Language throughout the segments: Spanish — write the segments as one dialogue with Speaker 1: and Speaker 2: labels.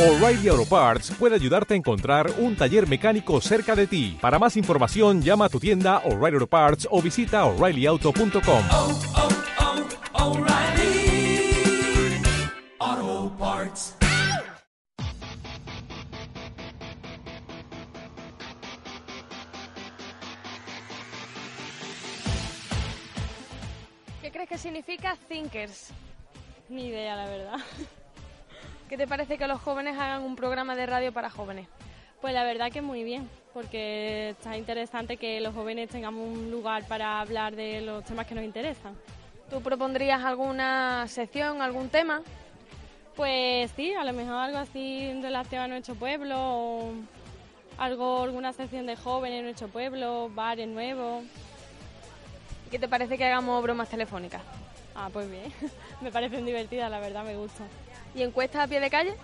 Speaker 1: O'Reilly Auto Parts puede ayudarte a encontrar un taller mecánico cerca de ti. Para más información, llama a tu tienda O'Reilly Auto Parts o visita oreillyauto.com.
Speaker 2: oh, oh, O'Reilly. Auto Parts.
Speaker 3: ¿Qué crees que significa thinkers?
Speaker 4: Ni idea, la verdad.
Speaker 3: ¿Qué te parece que los jóvenes hagan un programa de radio para jóvenes?
Speaker 4: Pues la verdad que muy bien, porque está interesante que los jóvenes tengamos un lugar para hablar de los temas que nos interesan.
Speaker 3: ¿Tú propondrías alguna sección, algún tema?
Speaker 4: Pues sí, a lo mejor algo así en relación a nuestro pueblo, o algo, alguna sección de jóvenes en nuestro pueblo, bares nuevos.
Speaker 3: ¿Qué te parece que hagamos bromas telefónicas?
Speaker 4: Ah, pues bien, me parecen divertidas, la verdad me gusta.
Speaker 3: ¿Y encuestas a pie de calle?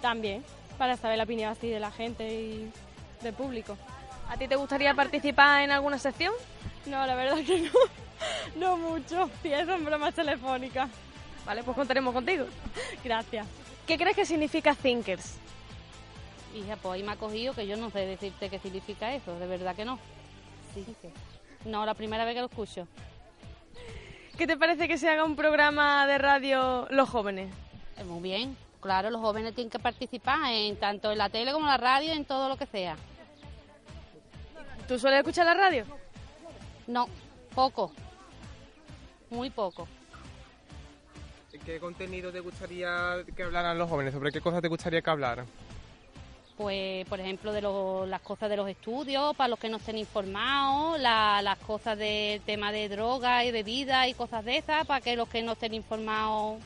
Speaker 4: También, para saber la opinión así de la gente y del público.
Speaker 3: ¿A ti te gustaría participar en alguna sección?
Speaker 4: No, la verdad que no, no mucho, si eso en bromas telefónicas.
Speaker 3: Vale, pues contaremos contigo.
Speaker 4: Gracias.
Speaker 3: ¿Qué crees que significa thinkers?
Speaker 5: Hija, pues ahí me ha cogido que yo no sé decirte qué significa eso, de verdad que no. No, la primera vez que lo escucho.
Speaker 3: ¿Qué te parece que se haga un programa de radio los jóvenes?
Speaker 5: Eh, Muy bien, claro, los jóvenes tienen que participar en tanto en la tele como en la radio, en todo lo que sea.
Speaker 3: ¿Tú sueles escuchar la radio?
Speaker 5: No, poco, muy poco.
Speaker 6: ¿Qué contenido te gustaría que hablaran los jóvenes? ¿Sobre qué cosas te gustaría que hablaran?
Speaker 5: Pues, por ejemplo, de lo- las cosas de los estudios, para los que no estén informados, la- las cosas del tema de droga y bebida y cosas de esas, para que los que no estén informados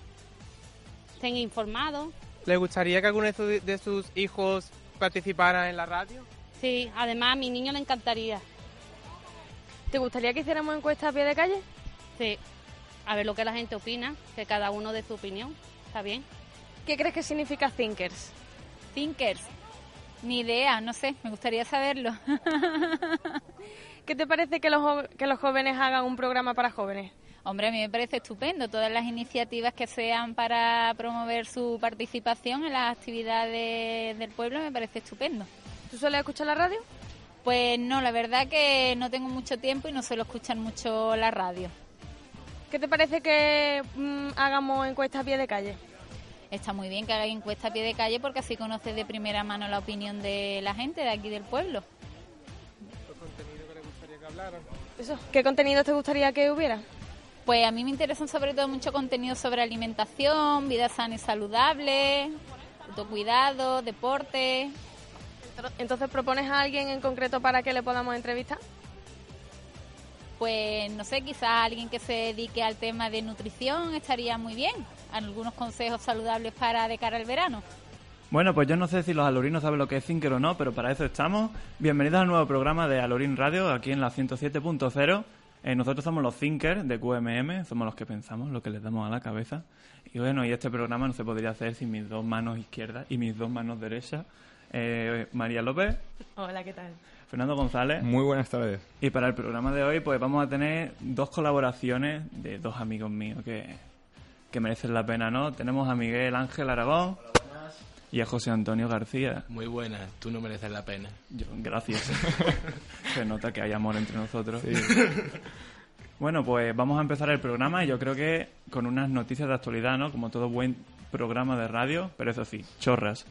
Speaker 5: estén informados.
Speaker 6: ¿Les gustaría que alguno de, su- de sus hijos participara en la radio?
Speaker 5: Sí, además a mi niño le encantaría.
Speaker 3: ¿Te gustaría que hiciéramos encuestas a pie de calle?
Speaker 5: Sí, a ver lo que la gente opina, que cada uno de su opinión, está bien.
Speaker 3: ¿Qué crees que significa thinkers?
Speaker 7: Thinkers. Ni idea, no sé, me gustaría saberlo.
Speaker 3: ¿Qué te parece que los, jo- que los jóvenes hagan un programa para jóvenes?
Speaker 7: Hombre, a mí me parece estupendo todas las iniciativas que sean para promover su participación en las actividades del pueblo, me parece estupendo.
Speaker 3: ¿Tú sueles escuchar la radio?
Speaker 7: Pues no, la verdad que no tengo mucho tiempo y no suelo escuchar mucho la radio.
Speaker 3: ¿Qué te parece que mm, hagamos encuestas a pie de calle?
Speaker 7: Está muy bien que haga encuesta a pie de calle porque así conoces de primera mano la opinión de la gente de aquí del pueblo.
Speaker 3: Eso. ¿Qué contenidos te gustaría que hubiera?
Speaker 7: Pues a mí me interesan sobre todo mucho contenido sobre alimentación, vida sana y saludable, autocuidado, deporte.
Speaker 3: Entro- Entonces, ¿propones a alguien en concreto para que le podamos entrevistar?
Speaker 7: Pues no sé, quizás alguien que se dedique al tema de nutrición estaría muy bien. Algunos consejos saludables para de cara al verano.
Speaker 8: Bueno, pues yo no sé si los alorinos saben lo que es Thinker o no, pero para eso estamos. Bienvenidos al nuevo programa de Alorín Radio, aquí en la 107.0. Eh, nosotros somos los Thinkers de QMM, somos los que pensamos, lo que les damos a la cabeza. Y bueno, y este programa no se podría hacer sin mis dos manos izquierdas y mis dos manos derechas. Eh, María López,
Speaker 9: Hola, ¿qué tal?
Speaker 8: Fernando González.
Speaker 10: Muy buenas tardes.
Speaker 8: Y para el programa de hoy, pues vamos a tener dos colaboraciones de dos amigos míos que, que merecen la pena, ¿no? Tenemos a Miguel Ángel Aragón y a José Antonio García.
Speaker 11: Muy buena, tú no mereces la pena.
Speaker 8: Yo, gracias. Se nota que hay amor entre nosotros. Bueno, pues vamos a empezar el programa y yo creo que con unas noticias de actualidad, ¿no? Como todo buen programa de radio, pero eso sí, chorras.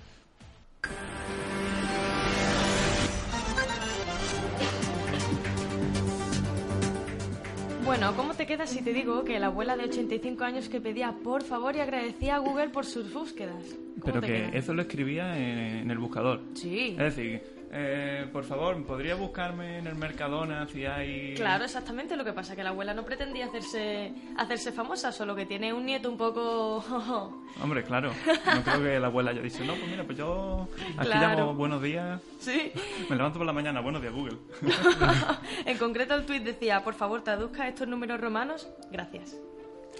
Speaker 9: Bueno, ¿cómo te quedas si te digo que la abuela de 85 años que pedía por favor y agradecía a Google por sus búsquedas? ¿Cómo
Speaker 8: Pero
Speaker 9: te
Speaker 8: que
Speaker 9: quedas?
Speaker 8: eso lo escribía en, en el buscador.
Speaker 9: Sí.
Speaker 8: Es decir, eh, por favor, ¿podría buscarme en el Mercadona si hay...
Speaker 9: Claro, exactamente. Lo que pasa que la abuela no pretendía hacerse, hacerse famosa, solo que tiene un nieto un poco...
Speaker 8: Hombre, claro. No creo que la abuela haya dicho, no, pues mira, pues yo aquí
Speaker 9: Claro.
Speaker 8: llamo buenos días.
Speaker 9: sí.
Speaker 8: Me levanto por la mañana, buenos días, Google.
Speaker 9: En concreto el tuit decía, por favor traduzca estos números romanos, gracias.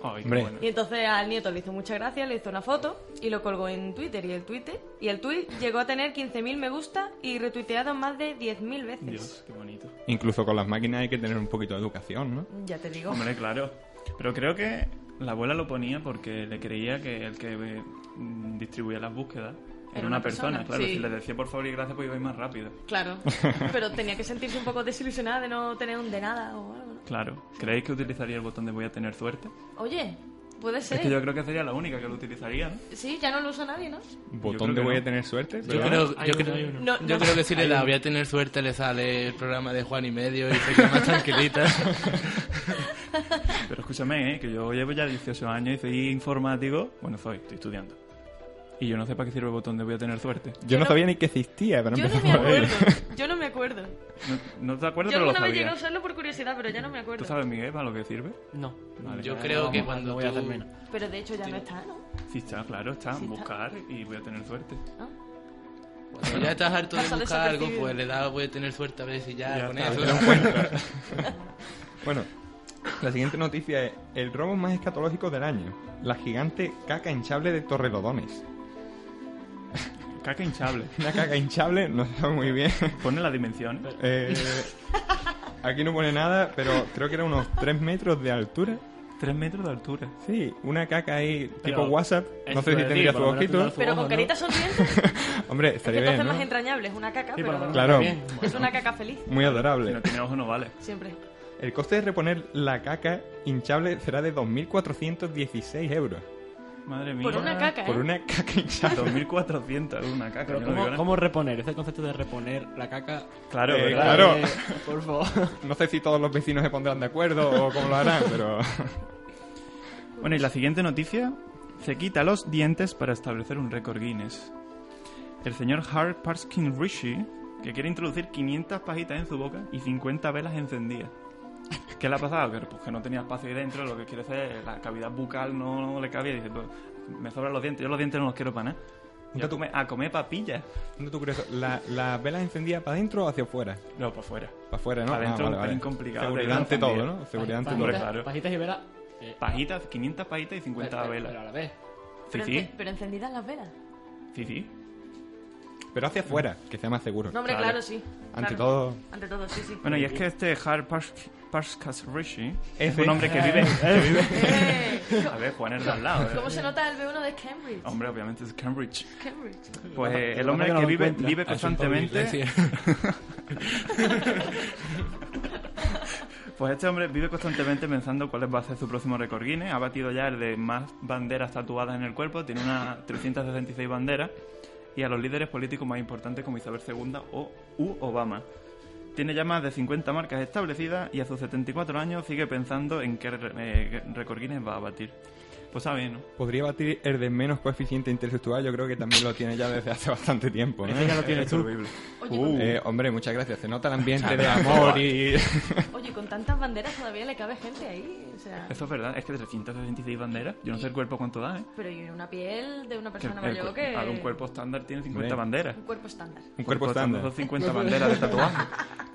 Speaker 8: Ay, qué
Speaker 10: Hombre.
Speaker 8: bueno.
Speaker 9: Y entonces al nieto le hizo muchas gracias, le hizo una foto y lo colgó en Twitter y el Twitter y el tuit llegó a tener 15.000 me gusta y retuiteado más de 10.000 veces.
Speaker 8: Dios, qué bonito.
Speaker 10: Incluso con las máquinas hay que tener un poquito de educación, ¿no?
Speaker 9: Ya te digo.
Speaker 8: Hombre, claro. Pero creo que la abuela lo ponía porque le creía que el que eh, mm, distribuía las búsquedas Era una persona, claro.
Speaker 9: sí.
Speaker 8: Si le decía por favor y gracias, pues iba a ir más rápido.
Speaker 9: Claro, pero tenía que sentirse un poco desilusionada de no tener un de nada o algo, ¿no?
Speaker 8: Claro. ¿Creéis que utilizaría el botón de voy a tener suerte?
Speaker 9: Oye, puede ser.
Speaker 8: Es que yo creo que sería la única que lo utilizaría, ¿no?
Speaker 9: Sí, ya no lo usa nadie, ¿no?
Speaker 10: ¿Botón de voy a tener suerte?
Speaker 11: Yo
Speaker 10: ¿verdad?
Speaker 11: creo, yo creo,
Speaker 9: No,
Speaker 11: yo
Speaker 9: no.
Speaker 11: creo que si le
Speaker 10: Hay
Speaker 11: da,
Speaker 10: uno.
Speaker 11: voy a tener suerte, le sale el programa de Juan y medio y se queda más tranquilita.
Speaker 8: Pero escúchame, ¿eh? que yo llevo ya 18 años y soy informático. Bueno, soy, estoy estudiando. Y yo no sé para qué sirve el botón de voy a tener suerte.
Speaker 10: Yo no sabía ni que existía, pero
Speaker 9: Yo no me acuerdo, yo no me acuerdo.
Speaker 8: No, no te acuerdas,
Speaker 9: Yo
Speaker 8: pero lo
Speaker 9: alguna vez llegué a
Speaker 8: sabías.
Speaker 9: usarlo por curiosidad, pero ya no me
Speaker 8: ¿Tú
Speaker 9: acuerdo.
Speaker 8: sabes, Miguel, para lo que sirve? No.
Speaker 11: Yo creo que cuando
Speaker 8: voy a
Speaker 11: tú-
Speaker 8: hacer menos.
Speaker 9: Pero de hecho ya no está, ¿no?
Speaker 8: Sí, está, claro, está. buscar y voy a tener suerte.
Speaker 11: Cuando ya estás harto de
Speaker 9: Ah. Pasa
Speaker 11: buscar algo,
Speaker 9: desapercibido.
Speaker 11: pues le da, voy a tener suerte a ver si ya,
Speaker 10: Ya
Speaker 11: con
Speaker 10: está,
Speaker 11: eso.
Speaker 10: ya lo encuentro. bueno, la siguiente noticia es el robo más escatológico del año. La gigante caca hinchable de Torrelodones.
Speaker 8: Caca hinchable.
Speaker 10: Una caca hinchable, no está muy bien.
Speaker 8: Pone la dimensión.
Speaker 10: Eh, aquí no pone nada, pero creo que era unos 3 metros de altura.
Speaker 8: ¿Tres metros de altura?
Speaker 10: Sí, una caca ahí tipo
Speaker 8: Pero,
Speaker 10: WhatsApp. No
Speaker 8: eso
Speaker 10: sé
Speaker 8: iba
Speaker 10: si
Speaker 8: a
Speaker 10: tendría
Speaker 8: decir,
Speaker 10: su
Speaker 8: por lo menos
Speaker 10: ojito.
Speaker 8: tendrá su
Speaker 9: Pero con carita sonriente,
Speaker 10: Hombre,
Speaker 9: es que
Speaker 10: estaría
Speaker 9: entonces
Speaker 10: bien,
Speaker 9: más
Speaker 10: ¿no?
Speaker 9: entrañable, es una caca, pero
Speaker 10: Claro,
Speaker 9: es una caca feliz,
Speaker 10: muy adorable.
Speaker 8: Si no tiene ojo no vale.
Speaker 9: siempre.
Speaker 10: El coste de reponer la caca hinchable será de 2.416 euros.
Speaker 8: Madre mía.
Speaker 9: Por una caca, ¿eh?
Speaker 10: Por una caca hinchable.
Speaker 8: 2400 es una caca.
Speaker 12: Pero
Speaker 8: yo no digo
Speaker 12: ¿cómo,
Speaker 8: nada.
Speaker 12: cómo reponer? Este concepto de reponer la caca.
Speaker 8: Claro,
Speaker 10: Eh,
Speaker 8: ¿verdad?
Speaker 10: claro.
Speaker 12: Eh, por favor.
Speaker 10: No sé si todos los vecinos se pondrán de acuerdo o cómo lo harán, pero...
Speaker 8: Bueno, y la siguiente noticia. Se quita los dientes para establecer un récord Guinness. El señor Hart Parskin Rishi, que quiere introducir 500 pajitas en su boca y 50 velas encendidas. ¿Qué le ha pasado? Que, pues, que no tenía espacio ahí dentro, lo que quiere hacer, la cavidad bucal no, no le cabía. Dice, pues, me sobran los dientes, yo los dientes no los quiero para nada. Yo a comer- a comer papillas.
Speaker 10: No tú curioso, ¿la, ¿la vela encendida para adentro o hacia afuera?
Speaker 8: No, para afuera.
Speaker 10: Para afuera, ¿no?
Speaker 8: Para adentro
Speaker 10: Ah,
Speaker 8: un pelín complicado.
Speaker 10: Seguridad
Speaker 8: Te
Speaker 10: ante
Speaker 8: van a
Speaker 10: todo,
Speaker 8: encender.
Speaker 10: ¿no? Seguridad ante todo.
Speaker 8: Hombre,
Speaker 12: Pajitas-
Speaker 8: claro.
Speaker 12: Pajitas y velas. eh,
Speaker 8: Pajitas, 500 pajitas y 50
Speaker 12: pero-
Speaker 8: velas.
Speaker 12: Pero a la vez.
Speaker 8: Sí,
Speaker 9: Pero,
Speaker 8: sí,
Speaker 9: ence- pero encendidas las velas.
Speaker 8: sí, sí.
Speaker 10: Pero hacia afuera, que sea más seguro.
Speaker 9: No, hombre, claro, sí.
Speaker 10: Ante
Speaker 9: Claro.
Speaker 10: todo...
Speaker 9: Ante todo, sí, sí.
Speaker 8: Bueno, y es que este Har Pars- Parskas Rishi es
Speaker 10: Ese.
Speaker 8: un hombre
Speaker 9: Eh.
Speaker 8: que vive. que vive- Eh, A ver, Juan es de al lado. ¿eh?
Speaker 9: ¿Cómo se nota el B1 de Cambridge?
Speaker 8: Hombre, obviamente es Cambridge.
Speaker 9: Cambridge.
Speaker 8: Pues eh, el
Speaker 12: Lo
Speaker 8: hombre
Speaker 12: que no
Speaker 8: que
Speaker 12: lo
Speaker 8: vive,
Speaker 12: encuentra.
Speaker 8: vive
Speaker 12: Ah, es un Pablo
Speaker 8: constantemente.
Speaker 12: Iglesias.
Speaker 8: Pues este hombre vive constantemente pensando cuál va a ser su próximo récord Guinness. Ha batido ya el de más banderas tatuadas en el cuerpo, tiene unas 366 banderas. Y a los líderes políticos más importantes como Isabel II o U Obama. Tiene ya más de 50 marcas establecidas y a sus 74 años sigue pensando en qué re- eh, récord Guinness va a batir. Pues sabe, ¿no?
Speaker 10: Podría batir el de menos coeficiente intersexual, yo creo que también lo tiene ya desde hace bastante tiempo. ¿no?
Speaker 12: Ese ya lo tienes tú.
Speaker 8: Horrible.
Speaker 10: Eh, hombre, muchas gracias. Se nota el ambiente de amor y...
Speaker 9: Oye, con tantas banderas todavía le cabe gente ahí. O sea,
Speaker 8: Eso es verdad, es que 366 banderas, yo no sé el cuerpo cuánto da, ¿eh?
Speaker 9: pero y una piel de una
Speaker 8: Que
Speaker 9: persona
Speaker 8: el cu-
Speaker 9: mayor que.
Speaker 8: algún cuerpo estándar tiene 50
Speaker 10: Hombre.
Speaker 8: banderas.
Speaker 9: Un cuerpo estándar.
Speaker 10: Un cuerpo estándar.
Speaker 8: son 50 banderas de tatuaje.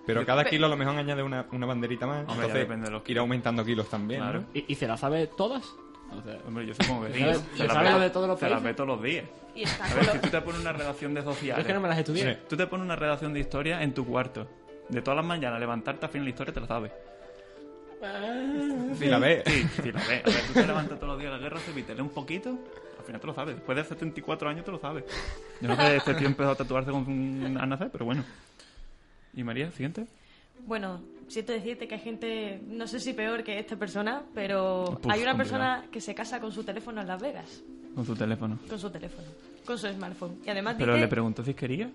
Speaker 10: Pero cada kilo a lo mejor añade una, una banderita más.
Speaker 8: Hombre, ya
Speaker 10: entonces
Speaker 8: depende de los
Speaker 10: ir aumentando kilos también.
Speaker 8: Claro.
Speaker 10: ¿no?
Speaker 12: ¿Y, y se la sabe todas? O sea,
Speaker 8: Hombre, yo supongo que sí.
Speaker 12: ¿Sabes-
Speaker 8: Se las
Speaker 12: sabes
Speaker 8: ve-
Speaker 12: lo de todos los
Speaker 8: se las
Speaker 12: países?
Speaker 8: ve todos los días.
Speaker 9: Y está
Speaker 8: A ver, si tú te pones una redacción de
Speaker 12: Yo
Speaker 8: sociales.
Speaker 12: es que no me las estudié.
Speaker 8: Tú te pones una redacción de historia en tu cuarto. De todas las mañanas, levantarte a fin de la historia te la sabes.
Speaker 10: Si la ves.
Speaker 8: Sí, sí, la ves. A ver, tú te levantas todos los días a la guerra civil, te lees un poquito, al final te lo sabes. Después de 74 años te lo sabes. Yo no sé, este tío empezó a tatuarse con un a nacer, pero bueno. ¿Y María, siguiente?
Speaker 9: Bueno, siento decirte que hay gente, no sé si peor que esta persona, pero
Speaker 8: Puf,
Speaker 9: hay una
Speaker 8: complicado.
Speaker 9: persona que se casa con su teléfono en Las Vegas.
Speaker 8: Con su teléfono.
Speaker 9: Con su teléfono. Con su smartphone. Y además
Speaker 8: Pero
Speaker 9: dice.
Speaker 8: le preguntó si quería.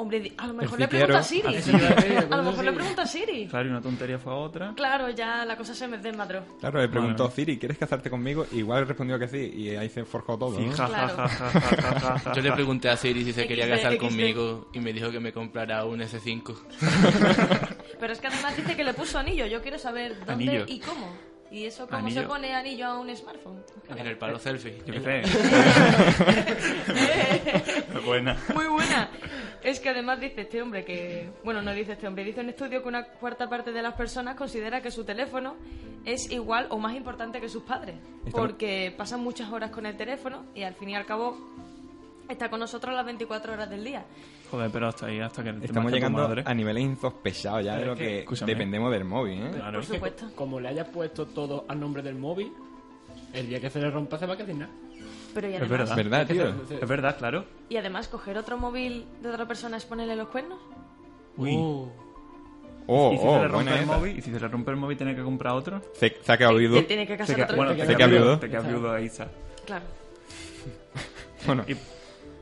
Speaker 9: Hombre, di- a lo mejor
Speaker 10: El
Speaker 9: le pregunta a
Speaker 10: fichero.
Speaker 9: Siri.
Speaker 12: Ah, sí, sí, sí,
Speaker 9: A lo
Speaker 12: sí,
Speaker 9: mejor
Speaker 12: sí.
Speaker 9: le pregunta a Siri.
Speaker 8: Claro, y una tontería fue a otra.
Speaker 9: Claro, ya la cosa se me desmadró.
Speaker 10: Claro, le preguntó
Speaker 8: Madre
Speaker 10: Siri, ¿quieres casarte conmigo? Igual respondió que sí y ahí se forjó todo.
Speaker 8: Sí,
Speaker 10: ¿no?
Speaker 8: ja, ja, ja, ja, ja, ja, ja,
Speaker 11: Yo le pregunté a Siri si se quería
Speaker 9: XD.
Speaker 11: casar conmigo y me dijo que me comprara un S5.
Speaker 9: Pero es que además dice que le puso anillo. Yo quiero saber dónde
Speaker 8: Anillo.
Speaker 9: y cómo. ¿Y eso cómo
Speaker 8: Anillo.
Speaker 9: se pone anillo a un smartphone?
Speaker 11: En el palo selfie.
Speaker 8: Yo qué sé. Buena.
Speaker 9: Muy buena. Es que además dice este hombre que. Bueno, no dice este hombre, dice un estudio que una cuarta parte de las personas considera que su teléfono es igual o más importante que sus padres.
Speaker 10: Estamos-
Speaker 9: Porque pasan muchas horas con el teléfono y al fin y al cabo está con nosotros las 24 horas del día.
Speaker 8: Joder, pero hasta ahí, hasta que te
Speaker 10: Estamos
Speaker 8: mate tu
Speaker 10: llegando
Speaker 8: madre.
Speaker 10: a niveles insospechados ya de
Speaker 12: Pero
Speaker 10: lo
Speaker 12: es que,
Speaker 10: que
Speaker 8: escúchame.
Speaker 10: dependemos del móvil. ¿eh?
Speaker 8: Claro.
Speaker 9: Por supuesto.
Speaker 12: Como le hayas puesto todo al nombre del móvil, el día que se le rompa se va a quedar sin nada.
Speaker 9: Pero y
Speaker 8: Es
Speaker 9: además,
Speaker 8: verdad.
Speaker 10: ¿Verdad, tío?
Speaker 8: Es verdad, claro.
Speaker 9: y además coger otro móvil de otra persona es ponerle los cuernos.
Speaker 8: Uy.
Speaker 10: Oh,
Speaker 8: y si
Speaker 10: oh,
Speaker 8: se le rompe
Speaker 10: buena
Speaker 8: el
Speaker 10: esa.
Speaker 8: móvil, y si se le rompe el móvil tiene que comprar otro.
Speaker 10: Se, se ha quedado viudo.
Speaker 9: Te tiene que casar
Speaker 8: Se queda-
Speaker 9: otra
Speaker 8: bueno,
Speaker 9: vez.
Speaker 8: te
Speaker 10: Se
Speaker 8: queda
Speaker 10: queda
Speaker 8: viudo.
Speaker 10: viudo.
Speaker 8: Te queda viudo ahí, Isa.
Speaker 9: Claro.
Speaker 10: Bueno,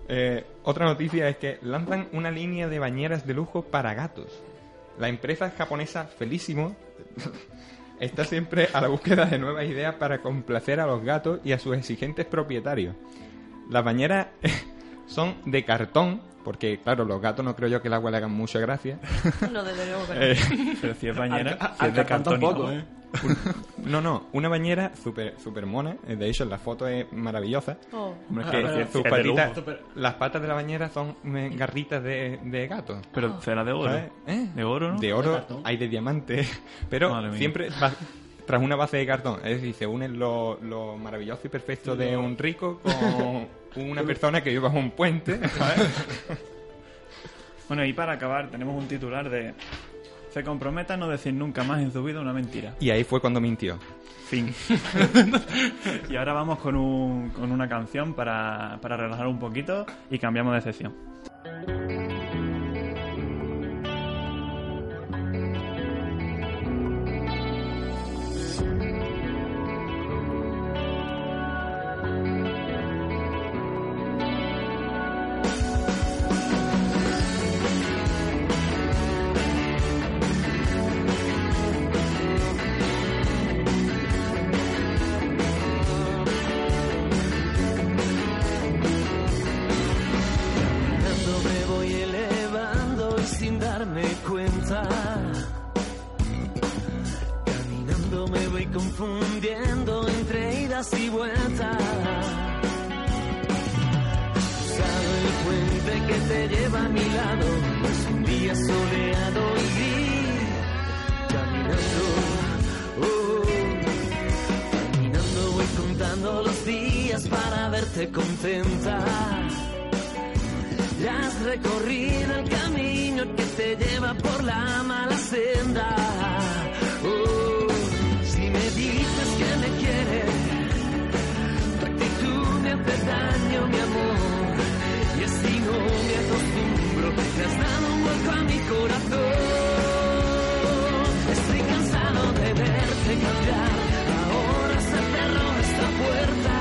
Speaker 10: eh, otra noticia es que lanzan una línea de bañeras de lujo para gatos. La empresa japonesa Felísimo está siempre a la búsqueda de nuevas ideas para complacer a los gatos y a sus exigentes propietarios. Las bañeras son de cartón, porque claro, los gatos no creo yo que el agua le hagan mucha gracia.
Speaker 9: No, desde luego que no.
Speaker 10: Eh,
Speaker 8: Pero si es bañera, Al ca- si es al de cartón cartón y tampoco, todo. ¿eh?
Speaker 10: No, no, una bañera súper super mona. eh, De hecho, la foto es maravillosa.
Speaker 9: Oh.
Speaker 10: Hombre,
Speaker 8: Ah,
Speaker 10: que
Speaker 8: pero-
Speaker 10: sus
Speaker 8: es de
Speaker 10: patitas,
Speaker 8: lujo.
Speaker 10: las patas de la bañera son eh, garritas de, de gato.
Speaker 8: Pero será de oro.
Speaker 10: ¿Sabes? ¿Eh?
Speaker 8: De oro, ¿no?
Speaker 10: De oro, hay de diamante. Pero
Speaker 8: Madre mía.
Speaker 10: siempre va- tras una base de cartón. Es decir, se unen lo, lo maravilloso y perfecto
Speaker 8: Sí,
Speaker 10: de
Speaker 8: lo-
Speaker 10: un rico con una persona que vive bajo un puente. ¿sabes?
Speaker 8: Bueno, y para acabar, tenemos un titular de. Se compromete a no decir nunca más en su vida una mentira.
Speaker 10: y ahí fue cuando mintió.
Speaker 8: Fin. y ahora vamos con, un- con una canción para, para relajar un poquito y cambiamos de sección.
Speaker 13: Caminando me voy elevando y sin darme cuenta. Caminando me voy confundiendo entre idas y vueltas. Cruzado el puente que te lleva a mi lado, es un día soleado y gris. Caminando, oh, uh, caminando voy contando los días para verte contenta. Ya has recorrido el camino que te lleva por la mala senda. Oh, si me dices que me quieres, tu actitud me hace daño, mi amor. Y así no me acostumbro, le has dado un vuelco a mi corazón. Estoy cansado de verte cambiar, ahora se cerró esta puerta.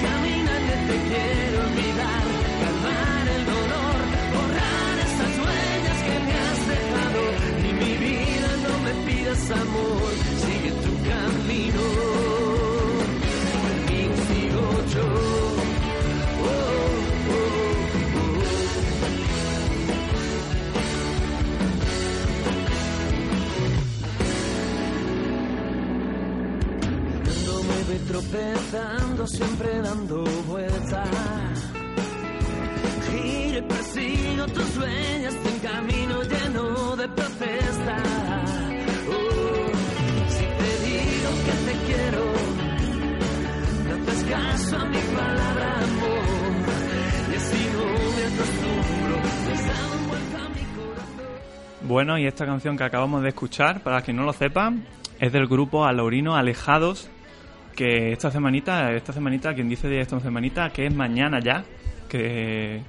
Speaker 13: Camina que te quiero olvidar, calmar el dolor, borrar esas huellas que me has dejado. Y mi vida no me pidas amor, sigue tu camino. Y sigo yo. Oh, oh, Caminando me voy tropezando, siempre dando vueltas. Giro y persigo tus sueños de Este un camino lleno de protesta. Oh, si te digo que te quiero, no haces caso a mi palabra, amor. Y así no me acostumbro, me has dado un vuelco a mi
Speaker 8: Bueno, y esta canción que acabamos de escuchar, para quien no lo sepa, es del grupo Alaurino Alejados, que esta semanita, esta semanita, quien dice de esta semanita, que es mañana ya, que,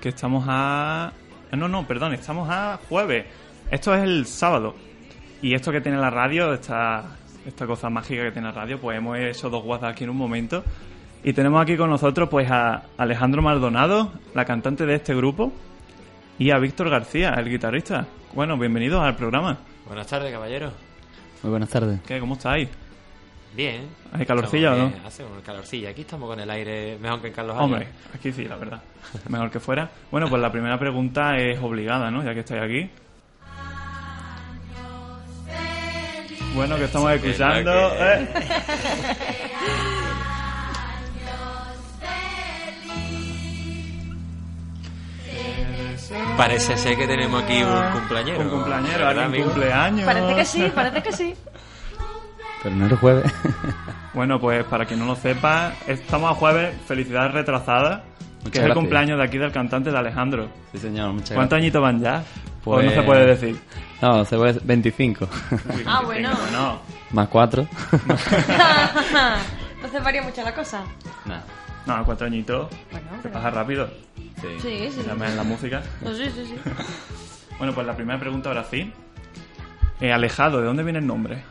Speaker 8: que estamos a... ah, No, no, perdón, estamos a jueves. Esto es el sábado. Y esto que tiene la radio, esta, esta cosa mágica que tiene la radio, pues hemos hecho dos WhatsApp aquí en un momento. Y tenemos aquí con nosotros pues a Alejandro Maldonado, la cantante de este grupo, y a Víctor García, el guitarrista. Bueno, bienvenidos al programa.
Speaker 14: Buenas tardes, caballero.
Speaker 12: Muy buenas tardes.
Speaker 8: ¿Qué? ¿Cómo estáis?
Speaker 14: Bien.
Speaker 8: ¿Hay calorcillo
Speaker 14: Estamos
Speaker 8: o no?
Speaker 14: bien, Hace un calorcillo. Aquí estamos con el aire mejor que en Carlos
Speaker 8: Hombre,
Speaker 14: Ayala.
Speaker 8: aquí sí, la verdad. Mejor que fuera. Bueno, pues la primera pregunta es obligada, ¿no? Ya que estáis aquí. Bueno, que estamos
Speaker 14: Eso que es lo
Speaker 8: escuchando.
Speaker 14: que
Speaker 8: ¿eh?
Speaker 14: Parece ser que tenemos aquí un cumpleañero.
Speaker 8: Ah, Un cumpleañero,
Speaker 14: ¿verdad,
Speaker 8: alguien
Speaker 14: amigo?
Speaker 8: cumpleaños.
Speaker 9: Parece que sí, parece que sí.
Speaker 12: Pero no es jueves.
Speaker 8: Bueno, pues para quien no lo sepa, estamos a jueves, felicidades retrasada, que es
Speaker 12: Muchas
Speaker 8: el
Speaker 12: gracias.
Speaker 8: cumpleaños de aquí del cantante de Alejandro.
Speaker 12: Sí, señor, muchas
Speaker 8: ¿Cuántos
Speaker 12: gracias.
Speaker 8: añitos van ya? ¿O no se puede decir?
Speaker 12: Pues
Speaker 8: Ah.
Speaker 12: No, se puede 25.
Speaker 9: Ah, bueno.
Speaker 8: Bueno,
Speaker 12: Más 4.
Speaker 3: Entonces varía mucho la cosa.
Speaker 12: Nada.
Speaker 8: No, cuatro añitos. se
Speaker 3: pero-
Speaker 8: pasa rápido.
Speaker 12: Sí.
Speaker 3: Sí, sí.
Speaker 8: También en la música.
Speaker 9: Pues
Speaker 3: No, sí, sí, sí.
Speaker 8: Bueno, pues la primera pregunta ahora sí. Eh, Alejado, ¿de dónde viene el nombre?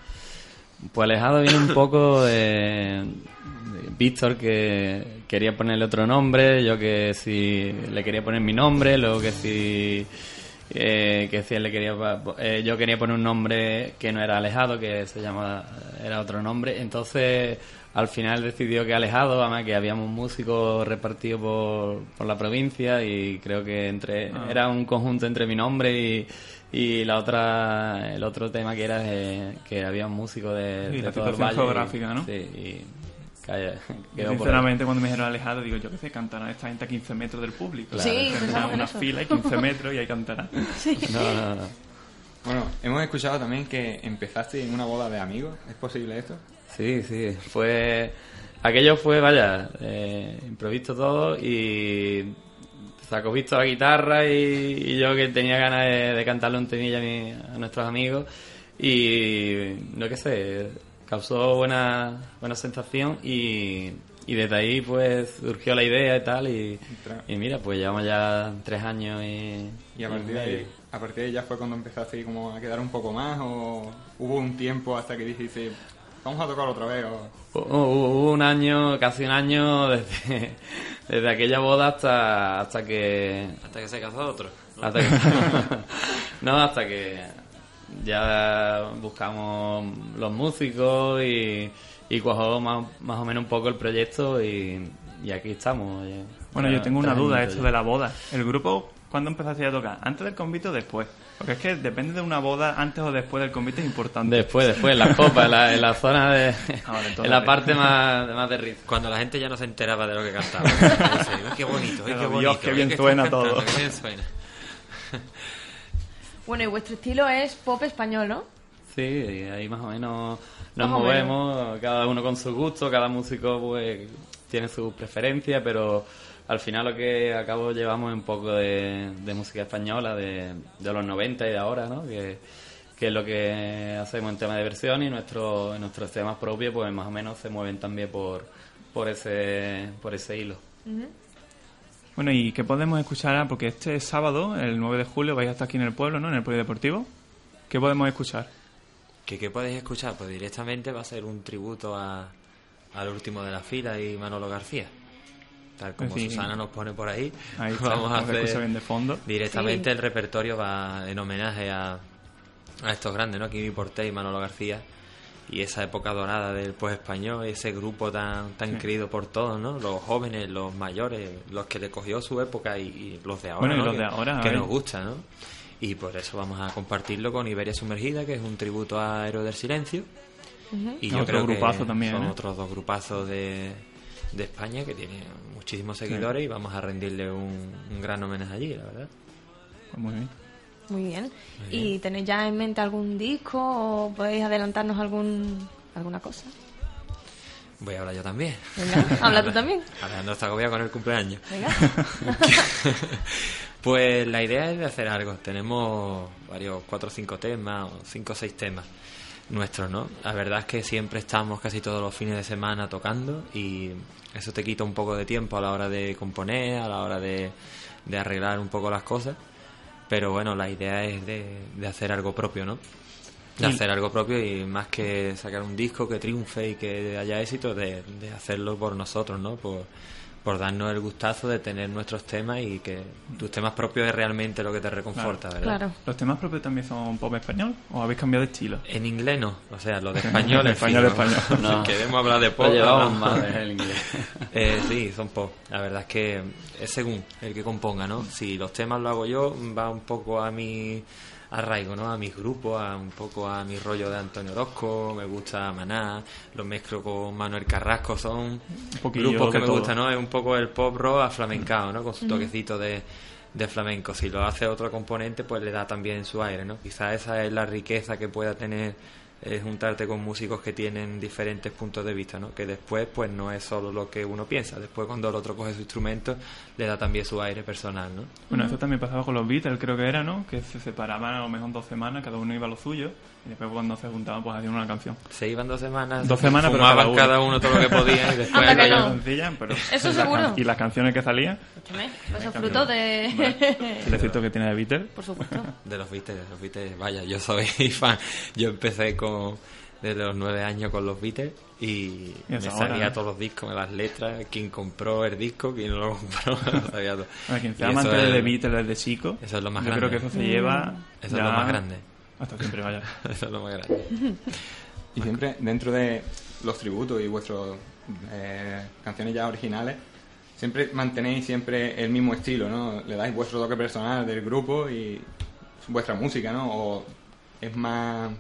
Speaker 12: Pues Alejado viene un poco de, de Víctor que quería ponerle otro nombre, yo que si le quería poner mi nombre, luego que si eh, que si él le quería pa- po- eh, yo quería poner un nombre que no era Alejado, que se llamaba era otro nombre, entonces al final decidió que Alejado, además que habíamos músicos repartidos por, por la provincia y creo que entre
Speaker 8: Ah.
Speaker 12: era un conjunto entre mi nombre y, y la otra el otro tema que era eh, que había un músico de,
Speaker 8: Sí,
Speaker 12: de
Speaker 8: la
Speaker 12: todo el
Speaker 8: situación
Speaker 12: valle
Speaker 8: geográfica, ¿no?
Speaker 12: Sí, y calla,
Speaker 8: Yo,
Speaker 12: quedó por
Speaker 8: Sinceramente, cuando me dijeron alejado, digo, yo qué sé, cantarán esta gente a 15 metros del público.
Speaker 10: Claro. Sí,
Speaker 8: Tendrá
Speaker 10: pensamos en
Speaker 8: una
Speaker 10: eso.
Speaker 8: fila y 15 metros y ahí cantarán.
Speaker 10: Bueno, hemos escuchado también que empezaste en una boda de amigos. ¿Es posible esto?
Speaker 12: Sí, sí, fue... Aquello fue, vaya, eh, improviso todo y sacó visto la guitarra y, y yo que tenía ganas de, de cantarle un temilla a, mi- a nuestros amigos y no que sé, causó buena, buena sensación y, y desde ahí pues surgió la idea y tal y, y mira, pues llevamos ya tres años y...
Speaker 10: Y a partir, de ahí, a partir de ahí ya fue cuando empezaste como a quedar un poco más o hubo un tiempo hasta que dijiste, vamos a tocar otra vez. o-
Speaker 12: Hu- Hubo hubo un año, casi un año desde, desde aquella boda hasta hasta que
Speaker 14: Hasta que se casó otro. ¿no?
Speaker 8: Ah,
Speaker 12: hasta que- no hasta que ya buscamos los músicos y, y cuajó más, más o menos un poco el proyecto y, y aquí estamos. oye.
Speaker 8: Bueno, yo
Speaker 12: Ya
Speaker 8: tengo una
Speaker 12: tres
Speaker 8: duda,
Speaker 12: añitos
Speaker 8: esto
Speaker 12: ya.
Speaker 8: de la boda. ¿El grupo cuándo empezaste a tocar? ¿Antes del convite o después? Porque es que depende de una boda, antes o después del convite es importante.
Speaker 12: Después, después, en las copas, en la, en la zona de...
Speaker 8: Ah, vale, entonces-
Speaker 12: en la parte más, más de ritmo.
Speaker 14: Cuando la gente ya no se enteraba de lo que cantaba. Dice, "Ay, qué bonito, ay,
Speaker 12: Pero
Speaker 14: qué
Speaker 12: Dios,
Speaker 14: bonito.
Speaker 12: qué
Speaker 14: ay,
Speaker 12: bien
Speaker 14: que
Speaker 12: suena
Speaker 14: estás
Speaker 12: todo".
Speaker 14: cantando, qué bien suena.
Speaker 3: Bueno, y vuestro estilo es pop español, ¿no?
Speaker 12: Sí, y ahí más o menos nos
Speaker 3: Más o
Speaker 12: movemos, cada uno con su gusto, cada músico pues tiene sus preferencias, pero al final lo que acabo llevamos es un poco de, de música española de, de los 90 y de ahora, ¿no? Que, que es lo que hacemos en tema de versión y nuestro, nuestros temas propios pues más o menos se mueven también por, por, ese, por ese hilo.
Speaker 8: Bueno, ¿y qué podemos escuchar? ahora? Porque este sábado, el 9 de julio, vais a estar aquí en el pueblo, ¿no? En el polideportivo. ¿Qué podemos escuchar?
Speaker 14: ¿Qué, ¿Qué podéis escuchar? Pues directamente va a ser un tributo a, al último de la fila y Manolo García. Tal como
Speaker 8: Sí.
Speaker 14: Susana nos pone por ahí,
Speaker 8: Ahí está,
Speaker 14: vamos a
Speaker 8: una cosa
Speaker 14: hacer
Speaker 8: bien de fondo.
Speaker 14: directamente
Speaker 8: Sí.
Speaker 14: el repertorio va en homenaje a, a estos grandes, ¿no? Kimi Porté y Manolo García y esa época dorada del pues español, ese grupo tan tan
Speaker 8: Sí.
Speaker 14: querido por todos, ¿no? Los jóvenes, los mayores, los que le cogió su época y, y los de ahora,
Speaker 8: Bueno, y
Speaker 14: ¿no?
Speaker 8: los
Speaker 14: que,
Speaker 8: de ahora, a
Speaker 14: que
Speaker 8: ver.
Speaker 14: nos gusta, ¿no? Y por eso vamos a compartirlo con Iberia Sumergida, que es un tributo a Héroe del Silencio. Y yo
Speaker 8: Otro
Speaker 14: creo que
Speaker 8: grupazo también,
Speaker 14: son
Speaker 8: ¿eh?
Speaker 14: otros dos grupazos de, de España que tienen muchísimos seguidores y vamos a rendirle un, un gran homenaje allí, la verdad.
Speaker 8: Pues Muy bien.
Speaker 3: Muy bien. ¿Y tenéis ya en mente algún disco o podéis adelantarnos algún alguna cosa?
Speaker 14: Voy a hablar yo también.
Speaker 3: Venga, habla tú también.
Speaker 14: Alejandro está agobiado con el cumpleaños.
Speaker 3: Venga.
Speaker 14: pues la idea es de hacer algo. Tenemos varios, cuatro o cinco temas, o cinco o seis temas nuestros, ¿no? La verdad es que siempre estamos casi todos los fines de semana tocando y eso te quita un poco de tiempo a la hora de componer, a la hora de, de arreglar un poco las cosas. Pero bueno, la idea es de, de hacer algo propio, ¿no? De
Speaker 11: Y-
Speaker 14: hacer algo propio y más que sacar un disco que triunfe y que haya éxito, de, de hacerlo por nosotros, ¿no? Por, por darnos el gustazo de tener nuestros temas y que tus temas propios es realmente lo que te reconforta, ¿verdad?
Speaker 8: ¿Los temas propios también son pop español o habéis cambiado de estilo?
Speaker 14: En inglés no, o sea, lo de español en fin,
Speaker 8: español,
Speaker 14: ¿no?
Speaker 8: español.
Speaker 14: Si queremos hablar de pop.
Speaker 12: Lo llevamos
Speaker 14: hablamos.
Speaker 12: mal, eh, el inglés.
Speaker 14: Eh, sí, son pop. La verdad es que es según el que componga, ¿no? Si los temas lo hago yo, va un poco a mi arraigo, ¿no? A mis grupos, a un poco a mi rollo de Antonio Orozco, me gusta Maná, lo mezclo con Manuel Carrasco, son
Speaker 8: poquillo
Speaker 14: grupos que
Speaker 8: de
Speaker 14: me
Speaker 8: todo.
Speaker 14: gustan, ¿no? Es un poco el pop rock aflamencado, ¿no? Con su
Speaker 8: Ujú.
Speaker 14: toquecito de, de flamenco. Si lo hace otro componente, pues le da también su aire, ¿no? Quizás esa es la riqueza que pueda tener es juntarte con músicos que tienen diferentes puntos de vista, ¿no? Que después, pues no es solo lo que uno piensa, después cuando el otro coge su instrumento, le da también su aire personal, ¿no?
Speaker 8: Bueno, eso también pasaba con los Beatles, creo que era, ¿no? Que se separaban a lo mejor dos semanas, cada uno iba a lo suyo, y después cuando se juntaban, pues hacían una canción.
Speaker 14: Se iban dos semanas.
Speaker 8: Dos semanas, pero
Speaker 14: fumaban cada uno todo lo que podían y después Anda que no.
Speaker 8: Sencilla, pero-
Speaker 3: Eso
Speaker 8: y las
Speaker 3: seguro.
Speaker 8: can- Y las canciones que salían,
Speaker 3: Eso Pues fruto de...
Speaker 8: el efecto que tiene de Beatles.
Speaker 3: Eh. Por supuesto.
Speaker 14: De los Beatles, de los Beatles, vaya, yo soy fan. Yo empecé con desde los nueve años con los Beatles y
Speaker 8: Y
Speaker 14: me
Speaker 8: hasta ahora,
Speaker 14: sabía
Speaker 8: ¿no?
Speaker 14: todos los discos, las letras, quién compró el disco, quién no lo compró, lo sabía todo.
Speaker 8: A quien sea
Speaker 14: Y eso
Speaker 8: amante
Speaker 14: es-
Speaker 8: de Beatles desde chico,
Speaker 14: Eso es lo más
Speaker 8: yo
Speaker 14: grande.
Speaker 8: creo que eso se lleva
Speaker 14: Eso
Speaker 8: ya
Speaker 14: es lo más grande.
Speaker 8: hasta siempre, vaya.
Speaker 14: eso es lo más grande.
Speaker 10: Y siempre dentro de los tributos y vuestras canciones ya originales, siempre mantenéis siempre el mismo estilo, ¿no? Le dais vuestro toque personal del grupo y vuestra música, ¿no? O es más...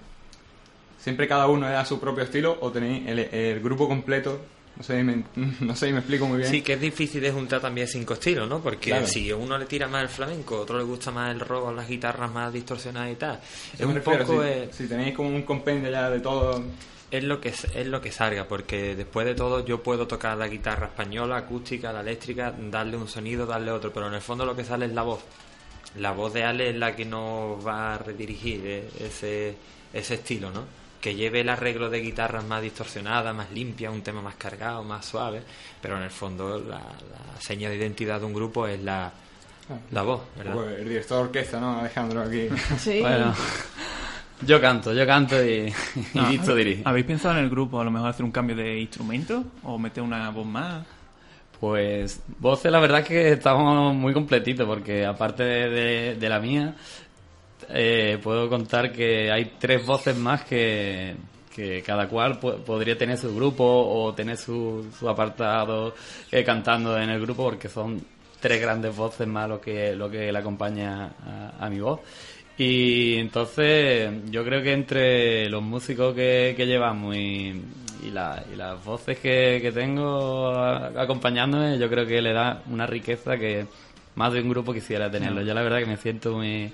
Speaker 10: Siempre cada uno le da su propio estilo o tenéis el, el grupo completo. No sé, me- no sé si me explico muy bien.
Speaker 14: Sí, que es difícil de juntar también cinco estilos, ¿no? Porque
Speaker 10: Claro.
Speaker 14: si a uno le tira más el flamenco, a otro le gusta más el rock, las guitarras más distorsionadas y tal. Es
Speaker 10: Yo me
Speaker 14: un
Speaker 10: refiero,
Speaker 14: poco...
Speaker 10: si-
Speaker 14: eh,
Speaker 10: si tenéis como un compendio ya de todo...
Speaker 14: es lo que es lo que salga porque después de todo yo puedo tocar la guitarra española acústica la eléctrica darle un sonido darle otro pero en el fondo lo que sale es la voz la voz de Ale es la que nos va a redirigir eh, ese ese estilo no que lleve el arreglo de guitarras más distorsionada más limpia un tema más cargado más suave pero en el fondo la, la seña de identidad de un grupo es la
Speaker 10: Ah.
Speaker 14: la voz ¿verdad?
Speaker 10: Pues el director de orquesta, ¿no? Alejandro aquí.
Speaker 12: Bueno, yo canto, yo canto y, y
Speaker 8: No,
Speaker 12: Vito dirige.
Speaker 8: Ah, ¿Habéis pensado en el grupo a lo mejor hacer un cambio de instrumento o meter una voz más?
Speaker 12: Pues voces, la verdad es que estamos muy completitos porque aparte de, de- de la mía, eh, puedo contar que hay tres voces más que, que cada cual po- podría tener su grupo o tener su, su apartado eh, cantando en el grupo porque son tres grandes voces más lo que, lo que le acompaña a- a mi voz. Y entonces yo creo que entre los músicos que, que llevamos y, y la- y las voces que, que tengo a- acompañándome, yo creo que le da una riqueza que más de un grupo quisiera tenerlo. Yo la verdad que me siento muy,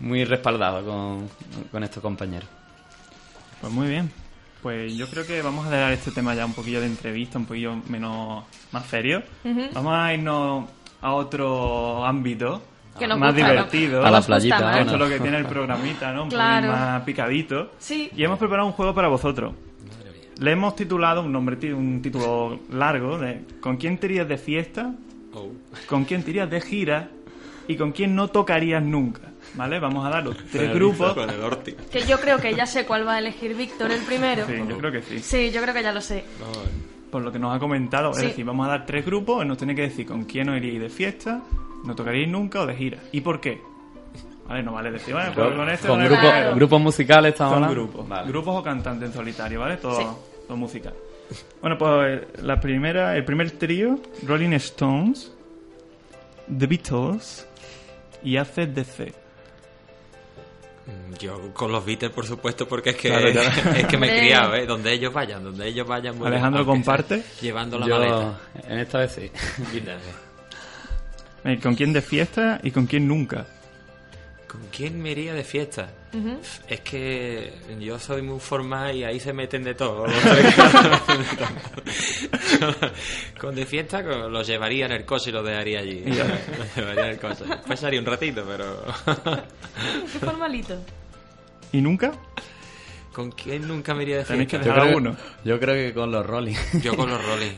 Speaker 12: muy respaldado con, con estos compañeros.
Speaker 8: Pues muy bien. Pues yo creo que vamos a dejar este tema ya un poquillo de entrevista, un poquillo menos más serio.
Speaker 12: Ujú.
Speaker 8: Vamos a irnos a otro ámbito.
Speaker 12: Que nos
Speaker 8: más
Speaker 12: gusta,
Speaker 8: divertido.
Speaker 12: ¿no? A la Nos gusta playita, más.
Speaker 8: Esto es lo que
Speaker 12: ¿no?
Speaker 8: tiene el programita, ¿no? Un
Speaker 12: Claro.
Speaker 8: poquillo más picadito.
Speaker 12: Sí.
Speaker 8: Y hemos preparado un juego para vosotros. Le hemos titulado un nombre, ti- un título largo de ¿Con quién te irías de fiesta?
Speaker 10: Oh.
Speaker 8: ¿Con quién te irías de gira? ¿Y con quién no tocarías nunca? ¿Vale? Vamos a dar los tres
Speaker 14: Con el Vito,
Speaker 8: grupos.
Speaker 14: con el Orti.
Speaker 9: Que yo creo que ya sé cuál va a elegir Víctor el primero.
Speaker 8: Sí, yo creo que sí.
Speaker 9: Sí, yo creo que ya lo sé.
Speaker 8: Por lo que nos ha comentado,
Speaker 9: Sí.
Speaker 8: es decir, vamos a dar tres grupos, nos tenéis que decir con quién os iríais de fiesta, no tocaríais nunca o de gira. ¿Y por qué? Vale, no vale decir, bueno, pues
Speaker 12: Con-
Speaker 8: con este...
Speaker 12: con
Speaker 8: vale,
Speaker 12: grupo-
Speaker 8: vale.
Speaker 12: grupos musicales estamos
Speaker 8: Son
Speaker 12: hablando.
Speaker 8: grupos.
Speaker 12: Vale.
Speaker 8: Grupos o cantantes en solitario, ¿vale? Todo,
Speaker 12: Sí.
Speaker 8: todo musical. Bueno, pues la primera, el primer trío, Rolling Stones, The Beatles y ACDC.
Speaker 14: Mm, Yo con los Beatles, por supuesto, porque es que,
Speaker 8: Claro, claro.
Speaker 14: es que me he
Speaker 8: Hombre.
Speaker 14: criado, ¿eh? Donde ellos vayan, donde ellos vayan. voy
Speaker 8: Alejandro,
Speaker 14: aunque sea
Speaker 8: ¿comparte?
Speaker 14: Llevando la
Speaker 12: Yo-
Speaker 14: maleta.
Speaker 12: En esta vez sí.
Speaker 8: Eh, ¿Con quién de fiesta y con quién nunca?
Speaker 14: ¿Con quién me iría de fiesta?
Speaker 8: Ujú.
Speaker 14: Es que yo soy muy formal y ahí se meten de todo. con de fiesta con- los llevaría en el coche y los dejaría allí.
Speaker 8: Ya.
Speaker 14: Los llevaría en el coche. Pasaría un ratito, pero...
Speaker 9: Qué formalito.
Speaker 8: ¿Y nunca?
Speaker 14: ¿Con quién nunca me iría de
Speaker 8: Tenéis
Speaker 14: fiesta?
Speaker 8: que dejar a uno.
Speaker 12: Yo creo que con los Rolling.
Speaker 14: Yo con los Rolling.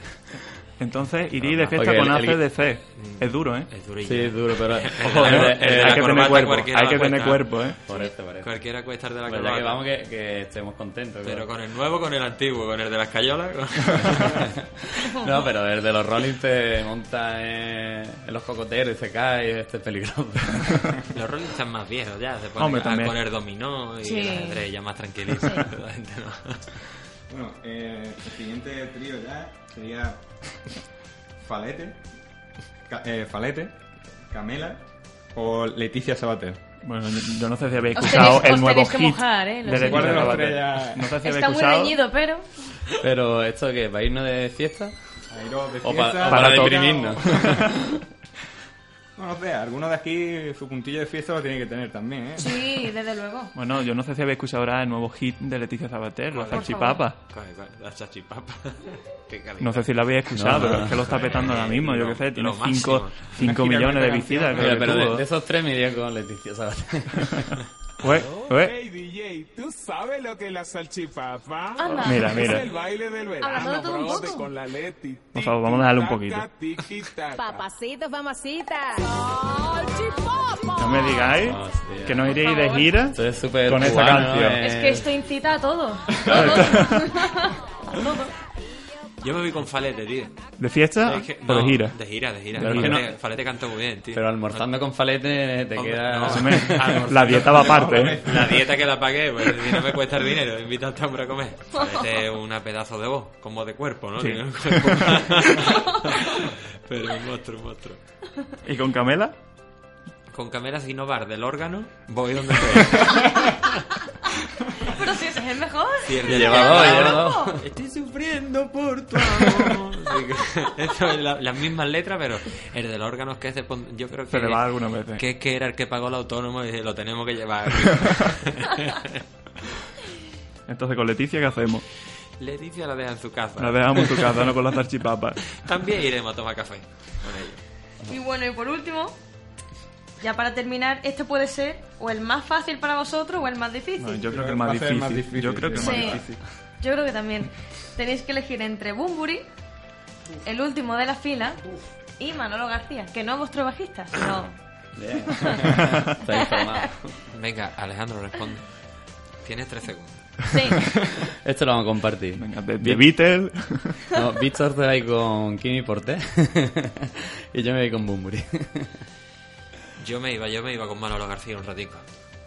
Speaker 8: Entonces iríais de fiesta
Speaker 12: Porque
Speaker 8: con
Speaker 12: el- el-
Speaker 8: ACDC. Es duro, ¿eh?
Speaker 14: Es durillo.
Speaker 12: Sí, es duro, pero...
Speaker 8: Ojo, ¿eh? hay que tener cuerpo, hay que tener cuerpo, ¿eh?
Speaker 12: Por eso, por eso.
Speaker 14: Cualquiera puede estar de la
Speaker 12: Pues ya
Speaker 14: corbata.
Speaker 12: que vamos, que, que estemos contentos.
Speaker 14: Pero
Speaker 12: claro.
Speaker 14: con el nuevo, con el antiguo, con el de las cayolas. con-
Speaker 12: No, pero el de los Rolling te monta en, en los cocoteros y se cae, este es peligroso.
Speaker 14: Los Rolling están más viejos ya, se ponen
Speaker 12: Hombre,
Speaker 14: a
Speaker 12: también.
Speaker 14: poner dominó y
Speaker 12: Sí.
Speaker 14: las estrellas más tranquilitas. La gente no.
Speaker 10: Bueno, eh, el siguiente trío ya sería Falete, Ca- eh, Falete, Camela o Leticia Sabater.
Speaker 8: Bueno, yo- yo no sé si habéis
Speaker 10: Os
Speaker 8: escuchado
Speaker 10: tenéis-
Speaker 8: el
Speaker 10: os
Speaker 8: nuevo
Speaker 10: tenéis que
Speaker 8: hit
Speaker 10: mojar, ¿eh? Lo
Speaker 8: de
Speaker 10: siento. ¿Cuál de los
Speaker 8: Leticia
Speaker 10: tres ya-
Speaker 8: Sabater. No sé si habéis
Speaker 9: Está muy
Speaker 8: escuchado.
Speaker 9: reñido, pero.
Speaker 12: Pero esto qué, ¿para irnos de fiesta?
Speaker 10: Para irnos de
Speaker 12: O pa-
Speaker 10: fiesta,
Speaker 12: o para
Speaker 10: para
Speaker 12: deprimirnos.
Speaker 10: tocar, No, no sé, alguno de aquí su puntillo de fiesta lo tiene que tener también, ¿eh?
Speaker 9: Sí, desde luego.
Speaker 8: Bueno, yo no sé si habéis escuchado ahora el nuevo hit de Leticia Sabater, La
Speaker 14: Por favor.
Speaker 8: Salchipapa.
Speaker 14: ¿Cuál, cuál? La chachipapa. Qué calidad.
Speaker 8: No sé si la habéis escuchado,
Speaker 14: No, no,
Speaker 8: pero
Speaker 14: no.
Speaker 8: es que lo está petando ahora mismo. Yo
Speaker 14: Lo-
Speaker 8: qué sé, tiene
Speaker 14: lo máximo.
Speaker 8: 5 millones de visitas. creo
Speaker 12: Mira,
Speaker 8: que
Speaker 12: pero
Speaker 8: tuvo.
Speaker 12: de, de esos tres me iría con Leticia Sabater.
Speaker 8: Ué, ué.
Speaker 15: Hey DJ, ¿tú sabes lo que es la salchipapa?
Speaker 8: Anda. Mira, mira.
Speaker 15: Es el baile del verano,
Speaker 16: Hablando de todo un
Speaker 15: brother,
Speaker 16: poco.
Speaker 15: con la Leti.
Speaker 8: Por favor, vamos a dejarlo un poquito.
Speaker 16: Papacitos, mamacitas. ¡Salchipapa!
Speaker 8: No me digáis que no iréis de gira con esa
Speaker 12: cubano,
Speaker 8: canción.
Speaker 12: eh.
Speaker 9: Es que esto incita a todo.
Speaker 14: Yo me voy con Falete, tío.
Speaker 8: ¿De fiesta
Speaker 14: Es que-
Speaker 8: o de
Speaker 14: no,
Speaker 8: gira?
Speaker 14: De gira, de gira.
Speaker 12: Pero
Speaker 14: Falete,
Speaker 12: que no-
Speaker 14: Falete canta muy bien, tío.
Speaker 12: Pero almorzando con falete te
Speaker 14: Hombre,
Speaker 12: queda...
Speaker 14: no.
Speaker 8: Hombre,
Speaker 14: Almorzando-
Speaker 8: la dieta va aparte, ¿eh?
Speaker 14: La dieta que la pagué, pues si no me cuesta el dinero, invita al hombre a comer. Falete es una pedazo de voz, como de cuerpo, ¿no?
Speaker 8: Sí.
Speaker 14: Tiene un cuerpo. Pero un monstruo, un monstruo.
Speaker 8: ¿Y con Camela?
Speaker 14: Con cameras Innovar del órgano, voy donde sea.
Speaker 9: Pero si ese es el mejor. Este
Speaker 14: Sí, el de
Speaker 12: Llevado,
Speaker 14: Llevado.
Speaker 12: llevado.
Speaker 14: Estoy sufriendo por tu amor. Esto es la- las mismas letras, pero el del órgano es que es de pon- yo creo que
Speaker 8: Se le va eh. algunas veces.
Speaker 14: Que es que era el que pagó el autónomo y dije, lo tenemos que llevar.
Speaker 8: Entonces, con Leticia, ¿qué hacemos?
Speaker 14: Leticia la deja en su casa.
Speaker 8: La dejamos en tu casa, no con las salchipapas.
Speaker 14: También iremos a tomar café con ellos.
Speaker 9: Y bueno, y por último, ya para terminar, este puede ser o el más fácil para vosotros o el más difícil.
Speaker 8: No, yo creo que el más
Speaker 10: Va a ser el
Speaker 8: difícil.
Speaker 10: más difícil,
Speaker 8: Yo creo que el más
Speaker 9: sí.
Speaker 8: difícil.
Speaker 9: Yo creo que también. Tenéis que elegir entre Bumburi, el último de la fila, y Manolo García, que no es vuestro bajista, sino...
Speaker 14: Está informado. Venga, Alejandro, responde. Tienes tres segundos.
Speaker 12: Esto lo vamos a compartir.
Speaker 8: de- de Beatles.
Speaker 12: No, Víctor te va a ir con Kimi Porté. y yo me voy con Bumburi.
Speaker 14: Yo me iba, yo me iba con Manolo García un ratico.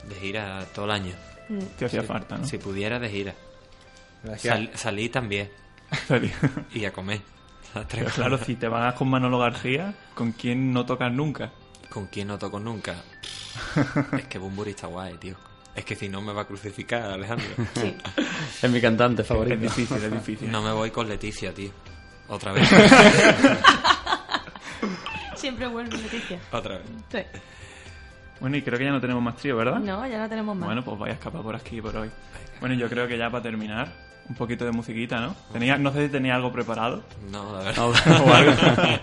Speaker 14: De gira todo el año.
Speaker 8: Mm. Te hacía
Speaker 14: Si-
Speaker 8: falta, ¿no?
Speaker 14: Si pudiera, de gira.
Speaker 8: Gracias.
Speaker 14: Sal- salí también.
Speaker 8: Salí.
Speaker 14: Y a comer. Las tres
Speaker 8: Pero claro,
Speaker 14: cosas.
Speaker 8: si te vas con Manolo García, ¿con quién no tocas nunca?
Speaker 14: ¿Con quién no toco nunca? es que Bumburi está guay, tío. Es que si no me va a crucificar, Alejandro.
Speaker 12: Es mi cantante favorito.
Speaker 8: Es difícil, es difícil.
Speaker 14: No me voy con Leticia, tío. Otra vez.
Speaker 9: Siempre vuelve Leticia.
Speaker 14: Otra vez.
Speaker 9: Sí.
Speaker 8: Bueno, y creo que ya no tenemos más trío, ¿verdad?
Speaker 9: No, ya no tenemos más.
Speaker 8: Bueno, pues vaya a escapar por aquí por hoy. Bueno, yo creo que ya para terminar, un poquito de musiquita, ¿no? Tenía, no sé si tenía algo preparado.
Speaker 14: No, la
Speaker 8: O
Speaker 14: verdad.
Speaker 8: algo.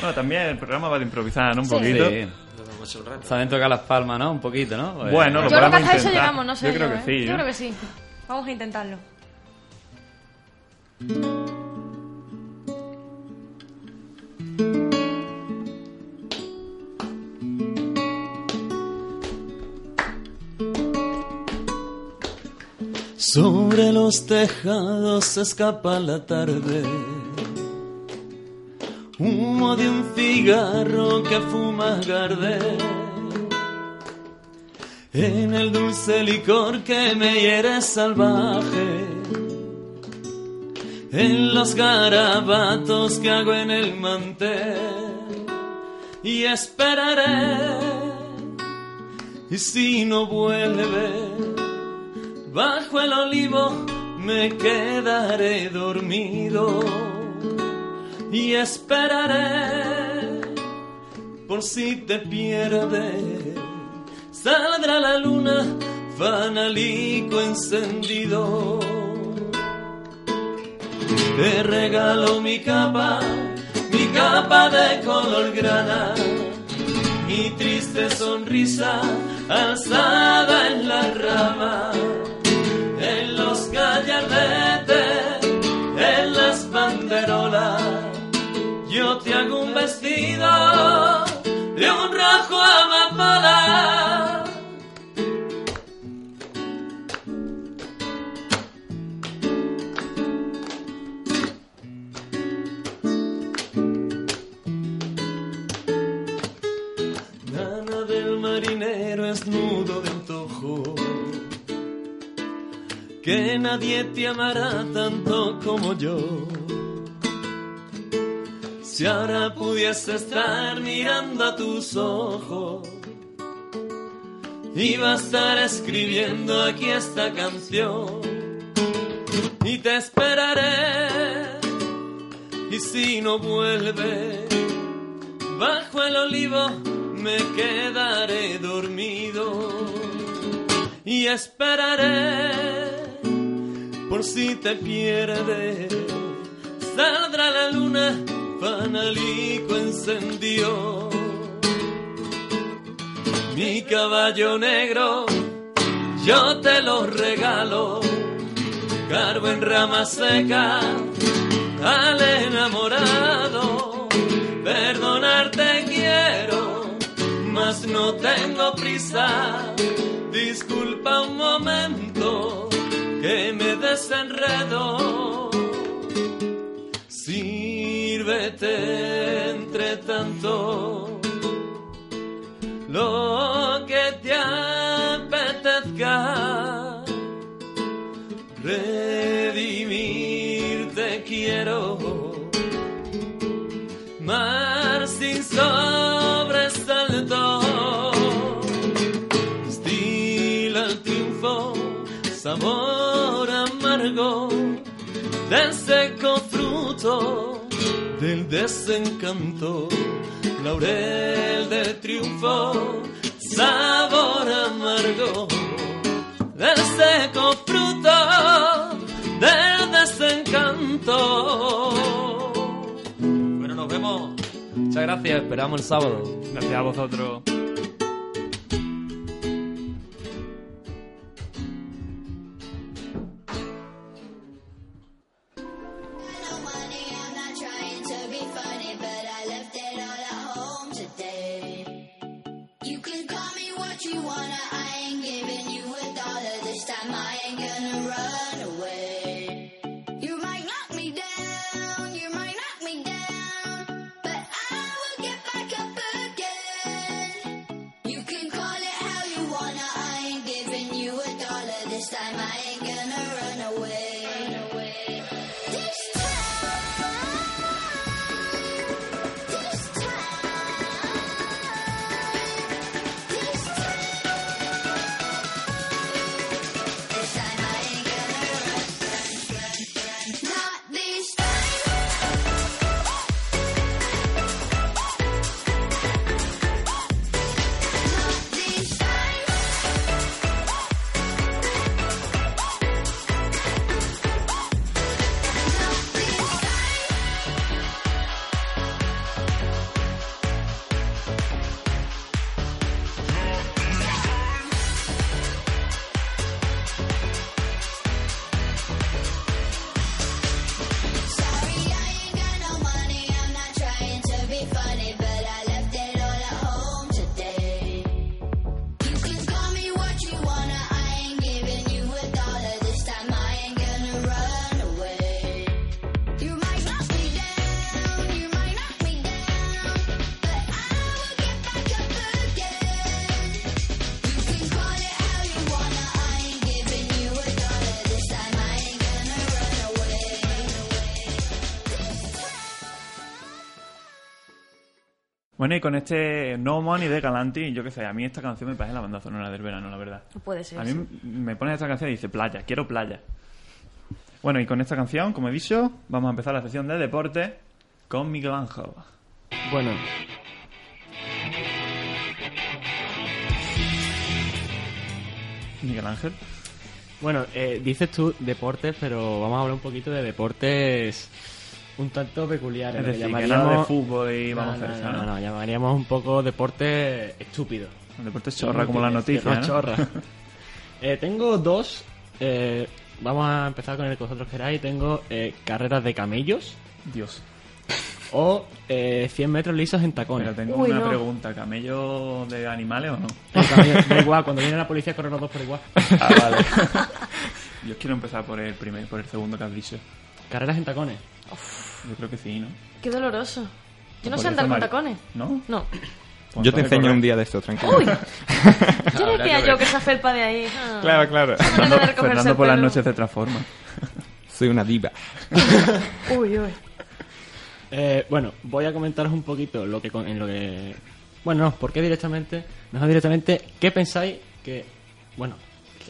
Speaker 8: bueno, también el programa va de improvisar, ¿no? Un poquito.
Speaker 16: Pues
Speaker 12: Saben tocar las palmas, ¿no? Un poquito, ¿no? Pues-
Speaker 8: Bueno,
Speaker 9: Yo creo que hasta eso llegamos, no sé.
Speaker 12: Yo creo
Speaker 9: yo,
Speaker 12: que
Speaker 9: ¿eh?
Speaker 12: sí,
Speaker 9: Yo
Speaker 12: ¿eh?
Speaker 9: creo que sí. Vamos a intentarlo.
Speaker 16: Sobre los tejados se escapa la tarde. Humo de un cigarro que fuma Gardel. En el dulce licor que me hiere salvaje. En los garabatos que hago en el mantel. Y esperaré. Y si no vuelve. Bajo el olivo me quedaré dormido y esperaré por si te pierdes. Saldrá la luna, fanalico encendido. Te regalo mi capa, mi capa de color grana, mi triste sonrisa alzada en la rama en los gallardetes, en las banderolas. Yo te hago un vestido de un rajo amapola. Nana del marinero es nudo de antojo que nadie te amará tanto como yo. Si ahora pudiese estar mirando a tus ojos, iba a estar escribiendo aquí esta canción. Y te esperaré, y si no vuelves, bajo el olivo me quedaré dormido y esperaré por si te pierdes. Saldrá la luna, fanalico encendió. Mi caballo negro, yo te lo regalo. Cargo en rama seca al enamorado. Perdonarte quiero, mas no tengo prisa. Disculpa un momento que me desenredo. Sírvete entre tanto lo que te apetezca. Redimirte quiero, mar sin sobresalto. Destila el triunfo, sabor amargo, del seco fruto del desencanto, laurel del triunfo, sabor amargo, del seco fruto del desencanto. Bueno, nos vemos.
Speaker 17: Muchas gracias, esperamos el sábado.
Speaker 8: Gracias a vosotros.
Speaker 18: I'm not trying to be funny, but I left it all at home today. You can call me what you wanna, I ain't giving you a dollar this time. I ain't gonna run away. You might knock me down, you might knock me down, but I will get back up again. You can call it how you wanna, I ain't giving you a dollar this time. I ain't gonna run away. This Not this Sorry, I ain't got no money. I'm not trying to be funny, but I left it all at home today. You can call me what you wanna. I ain't giving you a dollar this time. I ain't gonna run away. You might knock me down, you might knock me down, but I will get back up again. You can call it how you wanna. I ain't giving you a dollar this time. I ain't gonna run away.
Speaker 8: Bueno, y con este No Money de Galanti, yo qué sé, a mí esta canción me parece la banda sonora del verano, la verdad.
Speaker 9: Puede ser,
Speaker 8: A mí
Speaker 9: sí.
Speaker 8: me pone esta canción y dice playa, quiero playa. Bueno, y con esta canción, como he dicho, vamos a empezar la sección de deporte con Miguel Ángel.
Speaker 17: Bueno.
Speaker 8: Miguel Ángel.
Speaker 17: Bueno, eh, dices tú deportes, pero vamos a hablar un poquito de deportes un tanto peculiares.
Speaker 8: Es
Speaker 17: lo que
Speaker 8: decir, que
Speaker 17: llamaríamos-
Speaker 8: nada de fútbol y vamos
Speaker 17: no,
Speaker 8: a hacer
Speaker 17: no,
Speaker 8: eso,
Speaker 17: no,
Speaker 8: ¿no?
Speaker 17: no, llamaríamos un poco deportes estúpidos.
Speaker 8: Deportes chorra, como las
Speaker 17: Inútiles,
Speaker 8: noticias,
Speaker 17: que no
Speaker 8: ¿no?
Speaker 17: chorra. Eh, tengo dos. eh, vamos a empezar con el que vosotros queráis. Tengo eh, carreras de camellos.
Speaker 8: Dios.
Speaker 17: O eh, 100 metros lisos en tacones.
Speaker 8: Mira, tengo una pregunta, ¿camello de animales o no?
Speaker 17: Camello- da igual, cuando viene la policía corren los dos por igual.
Speaker 8: Ah, vale. Yo quiero empezar por el primer, por el segundo que has dicho.
Speaker 17: ¿Carreras en tacones?
Speaker 8: Yo creo que sí, ¿no?
Speaker 9: Qué doloroso. Yo no
Speaker 8: Por
Speaker 9: sé andar
Speaker 8: eso
Speaker 9: con
Speaker 8: Mari-
Speaker 9: tacones.
Speaker 8: ¿No?
Speaker 9: No.
Speaker 8: Pues
Speaker 10: Yo te
Speaker 8: entonces
Speaker 10: enseño
Speaker 8: corre.
Speaker 10: un día de esto, tranquilo.
Speaker 9: Uy. Yo decía yo que esa felpa de ahí. ah.
Speaker 10: Claro, claro.
Speaker 9: Esa manera de recogerse
Speaker 8: Fernando
Speaker 9: el
Speaker 8: por las
Speaker 9: pelo.
Speaker 8: noches se transforma.
Speaker 10: Soy una diva.
Speaker 9: Uy, uy.
Speaker 17: Eh, bueno, voy a comentaros un poquito lo que con- en lo que bueno, no, ¿por qué directamente? Mejor directamente, ¿qué pensáis que bueno,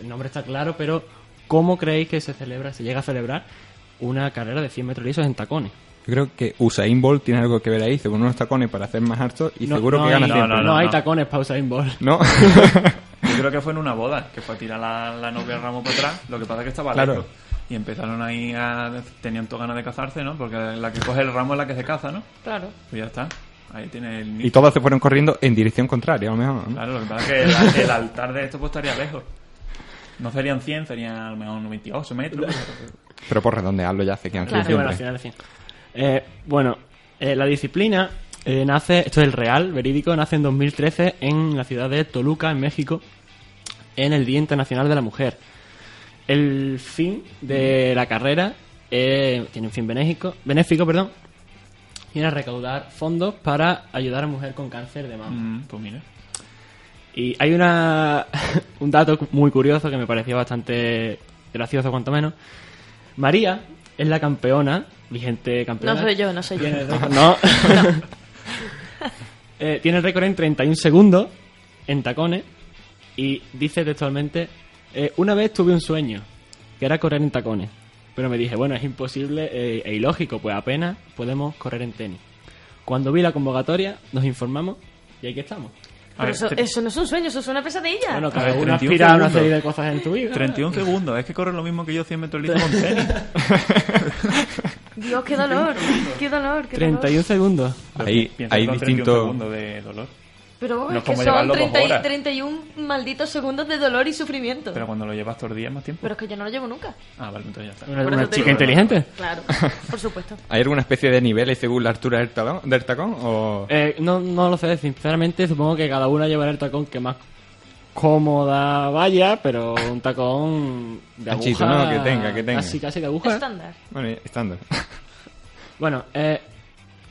Speaker 17: el nombre está claro, pero cómo creéis que se celebra, se llega a celebrar una carrera de 100 metros lisos en tacones?
Speaker 10: Yo creo que Usain Bolt tiene algo que ver ahí. Se pone unos tacones para hacer más hartos y seguro que gana
Speaker 17: hay,
Speaker 10: siempre.
Speaker 17: no, hay tacones para Usain Bolt.
Speaker 10: No.
Speaker 8: Yo creo que fue en una boda, que fue a tirar la, la novia al ramo para atrás. Lo que pasa es que estaba
Speaker 10: Claro.
Speaker 8: lejos. Y empezaron ahí a... Tenían todas ganas de cazarse, ¿no? Porque la que coge el ramo es la que se caza, ¿no?
Speaker 9: Claro.
Speaker 8: Pues ya está. Ahí tiene el...
Speaker 10: Y todas se fueron corriendo en dirección contraria, a lo mejor. ¿no?
Speaker 8: Claro, lo que pasa es que el, el altar de esto pues estaría lejos. No serían 100, serían a lo mejor 98 metros.
Speaker 10: Pero por redondearlo ya hace que han
Speaker 17: Claro,
Speaker 10: sido
Speaker 17: bueno, al
Speaker 10: siempre.
Speaker 17: final, al fin. Eh, bueno, eh, la disciplina eh, nace, esto es el real, verídico, nace en 2013 en la ciudad de Toluca, en México, en el Día Internacional de la Mujer. El fin de la carrera eh, tiene un fin benéfico, benéfico perdón, y era recaudar fondos para ayudar a mujeres con cáncer de mama.
Speaker 8: Mm, pues mira.
Speaker 17: Y hay una un dato cu- muy curioso que me pareció bastante gracioso, cuanto menos. María es la campeona, vigente campeona.
Speaker 9: No soy yo, no soy yo.
Speaker 17: Tiene el récord- no. Eh, tiene el récord en 31 segundos en tacones y dice textualmente: eh, Una vez tuve un sueño que era correr en tacones. Pero me dije, bueno, es imposible eh, e ilógico, pues apenas podemos correr en tenis. Cuando vi la convocatoria, nos informamos y aquí estamos.
Speaker 9: Pero eso, eso no es un sueño, eso es una pesadilla.
Speaker 17: Bueno,
Speaker 8: A
Speaker 17: cada
Speaker 8: ver,
Speaker 17: uno
Speaker 8: 31
Speaker 17: aspira a una
Speaker 8: segundos.
Speaker 17: serie de cosas en tu vida.
Speaker 8: 31 segundos, es que corre lo mismo que yo 100 metros lisos con tenis.
Speaker 9: Dios, qué dolor. qué dolor, qué dolor.
Speaker 17: 31 segundos.
Speaker 10: Ahí-
Speaker 8: Piensa
Speaker 10: ahí
Speaker 8: que son 31
Speaker 10: distinto-
Speaker 8: segundos de dolor.
Speaker 9: Pero vamos,
Speaker 8: No
Speaker 9: es
Speaker 8: es
Speaker 9: que
Speaker 8: como
Speaker 9: son
Speaker 8: llevarlo dos
Speaker 9: 30 y-
Speaker 8: horas.
Speaker 9: 31 malditos segundos de dolor y sufrimiento.
Speaker 8: Pero cuando lo llevas todos los días más tiempo.
Speaker 9: Pero es que yo no lo llevo nunca.
Speaker 8: Ah, vale, entonces ya está.
Speaker 17: Una-
Speaker 9: Por eso
Speaker 17: una
Speaker 9: te
Speaker 17: chica
Speaker 9: digo.
Speaker 17: inteligente.
Speaker 9: Claro, por supuesto.
Speaker 10: ¿Hay alguna especie de niveles según la altura del, talón, del tacón? O...
Speaker 17: Eh, no, no lo sé, sinceramente supongo que cada una llevará el tacón que más cómoda vaya, pero un tacón de aguja.
Speaker 10: Anchito, ¿no? Que tenga, que tenga.
Speaker 17: Casi, casi de aguja.
Speaker 9: Estándar.
Speaker 10: Bueno, estándar.
Speaker 17: Bueno, eh,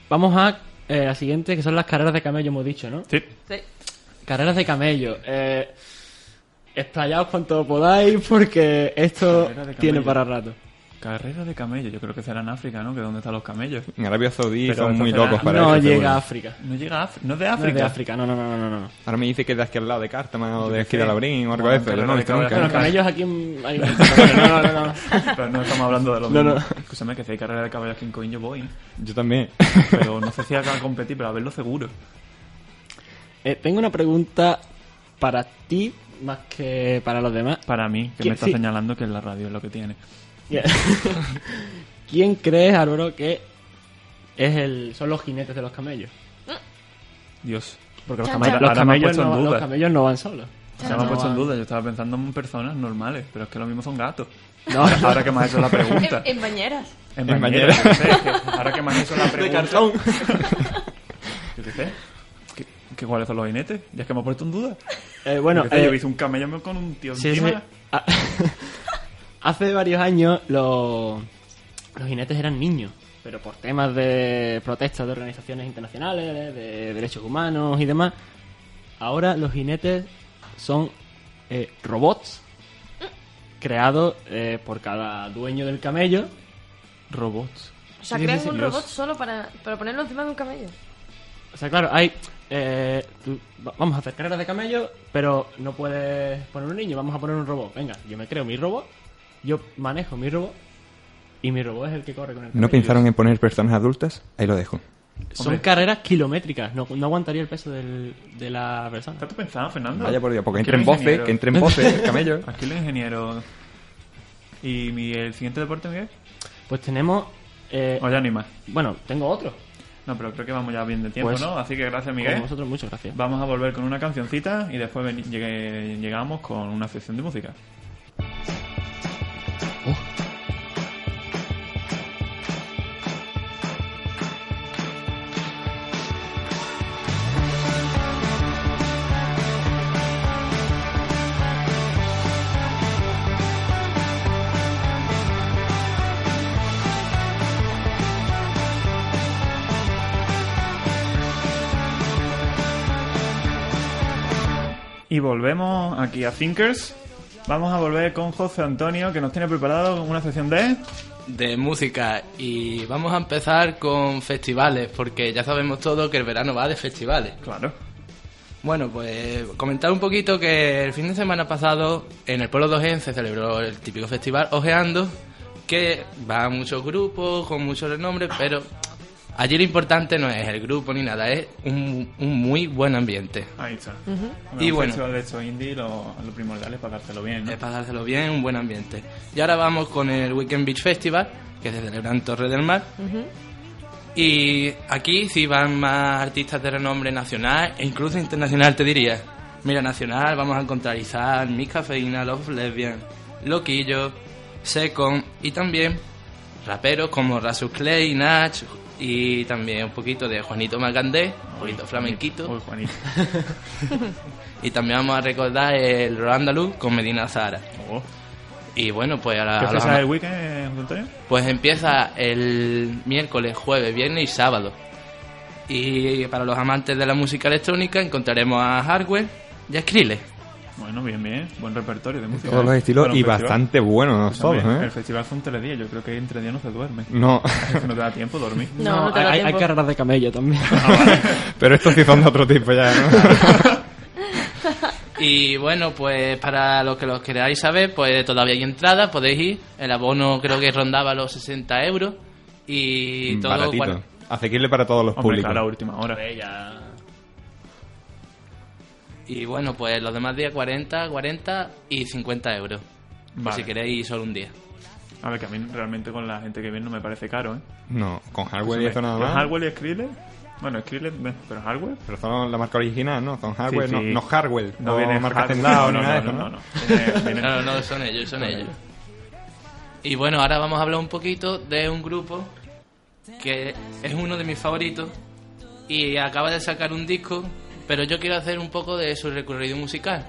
Speaker 17: vamos a eh, la siguiente, que son las carreras de camello, hemos dicho, ¿no?
Speaker 8: Sí.
Speaker 9: Sí.
Speaker 17: Carreras de camello. Eh, explayaos cuanto podáis porque esto
Speaker 8: Carrera de camello.
Speaker 17: tiene para rato.
Speaker 8: Carrera de camellos, yo creo que será en África, ¿no? Que es donde están los camellos.
Speaker 10: En Arabia Saudí
Speaker 8: Pero
Speaker 10: son
Speaker 8: esto
Speaker 10: muy
Speaker 8: será-
Speaker 10: locos para
Speaker 17: no
Speaker 10: eso,
Speaker 17: llega
Speaker 10: seguro.
Speaker 17: a África.
Speaker 8: No llega a África. No es de
Speaker 17: No es
Speaker 8: África.
Speaker 17: de África, no, no, no, no. no.
Speaker 10: Ahora me dice que es de aquí al lado de Cartman o
Speaker 8: Yo
Speaker 10: de
Speaker 8: qué
Speaker 10: aquí
Speaker 8: sé.
Speaker 10: de Labrín o algo
Speaker 8: Bueno,
Speaker 10: de eso.
Speaker 8: pero
Speaker 10: Yo no
Speaker 8: de
Speaker 10: he visto
Speaker 8: cabra-
Speaker 10: nunca.
Speaker 17: Bueno, camellos aquí en- hay muchos, pero no, no, no, no.
Speaker 8: Pero no estamos hablando de lo
Speaker 17: No,
Speaker 8: mismo.
Speaker 17: no.
Speaker 8: Escúchame, que si hay carrera de caballos aquí en Coín, yo voy. ¿eh?
Speaker 10: Yo también.
Speaker 8: Pero no sé si acá a competir, pero a verlo seguro.
Speaker 17: Eh, tengo una pregunta para ti más que para los demás.
Speaker 8: Para mí, que
Speaker 17: ¿Quién-
Speaker 8: me está
Speaker 17: sí?
Speaker 8: señalando que la radio es lo que tiene.
Speaker 17: Yeah. ¿Quién crees, Álvaro, que es el, son los jinetes de los camellos?
Speaker 8: Dios.
Speaker 17: Porque los,
Speaker 8: Ahora-
Speaker 17: camellos, los
Speaker 8: ahora me ha
Speaker 17: camellos
Speaker 8: puesto en
Speaker 17: no,
Speaker 8: duda.
Speaker 17: los camellos no van solos.
Speaker 8: Se me ha
Speaker 17: No
Speaker 8: puesto en
Speaker 17: van-
Speaker 8: duda, yo estaba pensando en personas normales, pero es que lo mismo son gatos.
Speaker 17: No.
Speaker 8: Ahora- Ahora que me has hecho la pregunta.
Speaker 9: En, en bañeras.
Speaker 8: En
Speaker 10: En
Speaker 8: bañera,
Speaker 10: bañera.
Speaker 8: yo qué sé, es que Ahora que me has hecho la
Speaker 17: De
Speaker 8: pregunta.
Speaker 17: cartón.
Speaker 8: Yo qué sé. ¿Qué, qué, cuáles son los jinetes? Ya es que me has puesto en duda.
Speaker 17: Eh, bueno,
Speaker 8: Yo qué sé,
Speaker 17: eh,
Speaker 8: yo hice un camello con un tío
Speaker 17: sí,
Speaker 8: encima.
Speaker 17: sí. Ah, Hace varios años los, los jinetes eran niños, pero por temas de protestas de organizaciones internacionales, de derechos humanos y demás, ahora los jinetes son eh, robots creados eh, por cada dueño del camello.
Speaker 8: Robots.
Speaker 9: O sea, crean un robot solo para, para ponerlo encima de un camello.
Speaker 17: O sea, claro, hay. eh, tú- va- vamos a hacer carreras de camello, pero no puedes poner un niño, vamos a poner un robot. Venga, yo me creo mi robot, yo manejo mi robot, y mi robot es el que corre con el camello.
Speaker 10: ¿No pensaron en poner personas adultas? Ahí lo dejo.
Speaker 17: Son
Speaker 8: Hombre.
Speaker 17: carreras kilométricas, no, no aguantaría el peso del- de la persona.
Speaker 8: ¿Estás pensando, Fernando?
Speaker 10: Vaya por Dios, porque
Speaker 8: Aquí
Speaker 10: entren
Speaker 8: los
Speaker 10: voces,
Speaker 8: ingenieros.
Speaker 10: que entren voces, el camello.
Speaker 8: Aquí el ingeniero. ¿Y mi, el siguiente deporte, Miguel?
Speaker 17: Pues tenemos. eh,
Speaker 8: O ya ni más.
Speaker 17: bueno, tengo otro.
Speaker 8: No, pero creo que vamos ya bien de tiempo,
Speaker 17: Pues,
Speaker 8: ¿no? Así que gracias,
Speaker 17: Con
Speaker 8: Miguel.
Speaker 17: vosotros, muchas gracias.
Speaker 8: Vamos a volver con una cancioncita y después veni- llegue- llegamos con una sección de música. Y volvemos aquí a Thinkers. Vamos a volver con José Antonio, que nos tiene preparado una sección de...
Speaker 11: de música y vamos a empezar con festivales, porque ya sabemos todo que el verano va de festivales.
Speaker 8: Claro.
Speaker 11: Bueno, pues comentar un poquito que el fin de semana pasado en el pueblo de Ojén se celebró el típico festival Ojeando, que va a muchos grupos con muchos renombres, pero Allí lo importante no es el grupo ni nada, es un, un muy buen ambiente.
Speaker 8: Ahí está.
Speaker 11: Ujú.
Speaker 8: Hombre,
Speaker 11: Y
Speaker 8: un
Speaker 11: bueno.
Speaker 8: festival de estos indie, lo, lo primordial es pagártelo bien, ¿no?
Speaker 11: Es pasárselo bien, un buen ambiente. Y ahora vamos con el Weekend Beach Festival, que se celebra en Torre del Mar. Y aquí sí van más artistas de renombre nacional e incluso internacional, te diría. Mira, nacional vamos a encontrar Izal, Miss Cafeína, Love Lesbian, Loquillo, Secon y también raperos como Rasus Clay, Nach y también un poquito de Juanito Magandé, un poquito flamenquito. y también vamos a recordar el Rock Andaluz con Medina Zahara. Y bueno, pues ahora...
Speaker 8: ¿Qué
Speaker 11: a los
Speaker 8: fecha es
Speaker 11: ama-
Speaker 8: el weekend, José Antonio?
Speaker 11: pues empieza el miércoles, jueves, viernes y sábado. Y para los amantes de la música electrónica encontraremos a Hardware y a Skrillex.
Speaker 8: Bueno, bien, bien. Buen repertorio de música.
Speaker 10: Todos los
Speaker 8: ¿eh?
Speaker 10: estilos
Speaker 8: Para un
Speaker 10: y
Speaker 8: festival.
Speaker 10: bastante buenos
Speaker 8: Pues también,
Speaker 10: todos, ¿eh?
Speaker 8: El festival fue un teledía. Yo creo que entre día no se duerme.
Speaker 10: No.
Speaker 8: Es que no te da tiempo a dormir. Ah,
Speaker 17: No, hay- hay, hay carreras de camello también.
Speaker 10: Pero estos sí son de otro tipo ya, ¿no?
Speaker 11: Y bueno, pues para los que los queráis saber, pues todavía hay entradas, podéis ir. El abono creo que rondaba los 60 euros. Y todo...
Speaker 10: Baratito.
Speaker 11: cuar-
Speaker 10: Asequible para todos los
Speaker 8: Hombre,
Speaker 10: públicos.
Speaker 8: claro, a última hora.
Speaker 11: Y bueno, pues los demás días 40, 40 y 50 euros. Por
Speaker 8: Vale.
Speaker 11: si queréis ir solo un día.
Speaker 8: A ver, que a mí realmente con la gente que viene no me parece caro, ¿eh?
Speaker 10: No, con hardware y
Speaker 8: Eso
Speaker 10: eso
Speaker 8: me-
Speaker 10: nada
Speaker 8: ¿con
Speaker 10: más.
Speaker 8: ¿Hardware y Skrillex? Bueno, Skrillex, ve, pero hardware.
Speaker 10: Pero son la marca original, ¿no? Son hardware,
Speaker 8: Sí,
Speaker 10: no,
Speaker 8: sí.
Speaker 10: no hardware.
Speaker 8: No viene
Speaker 10: marca
Speaker 8: hardware,
Speaker 10: temblado ni
Speaker 8: no, no,
Speaker 10: nada de
Speaker 8: no,
Speaker 10: eso,
Speaker 8: no,
Speaker 10: ¿no?
Speaker 8: no. Viene- viene-
Speaker 11: No, no, son ellos, son ellos. Y bueno, ahora vamos a hablar un poquito de un grupo que es uno de mis favoritos y acaba de sacar un disco, pero yo quiero hacer un poco de su recorrido musical.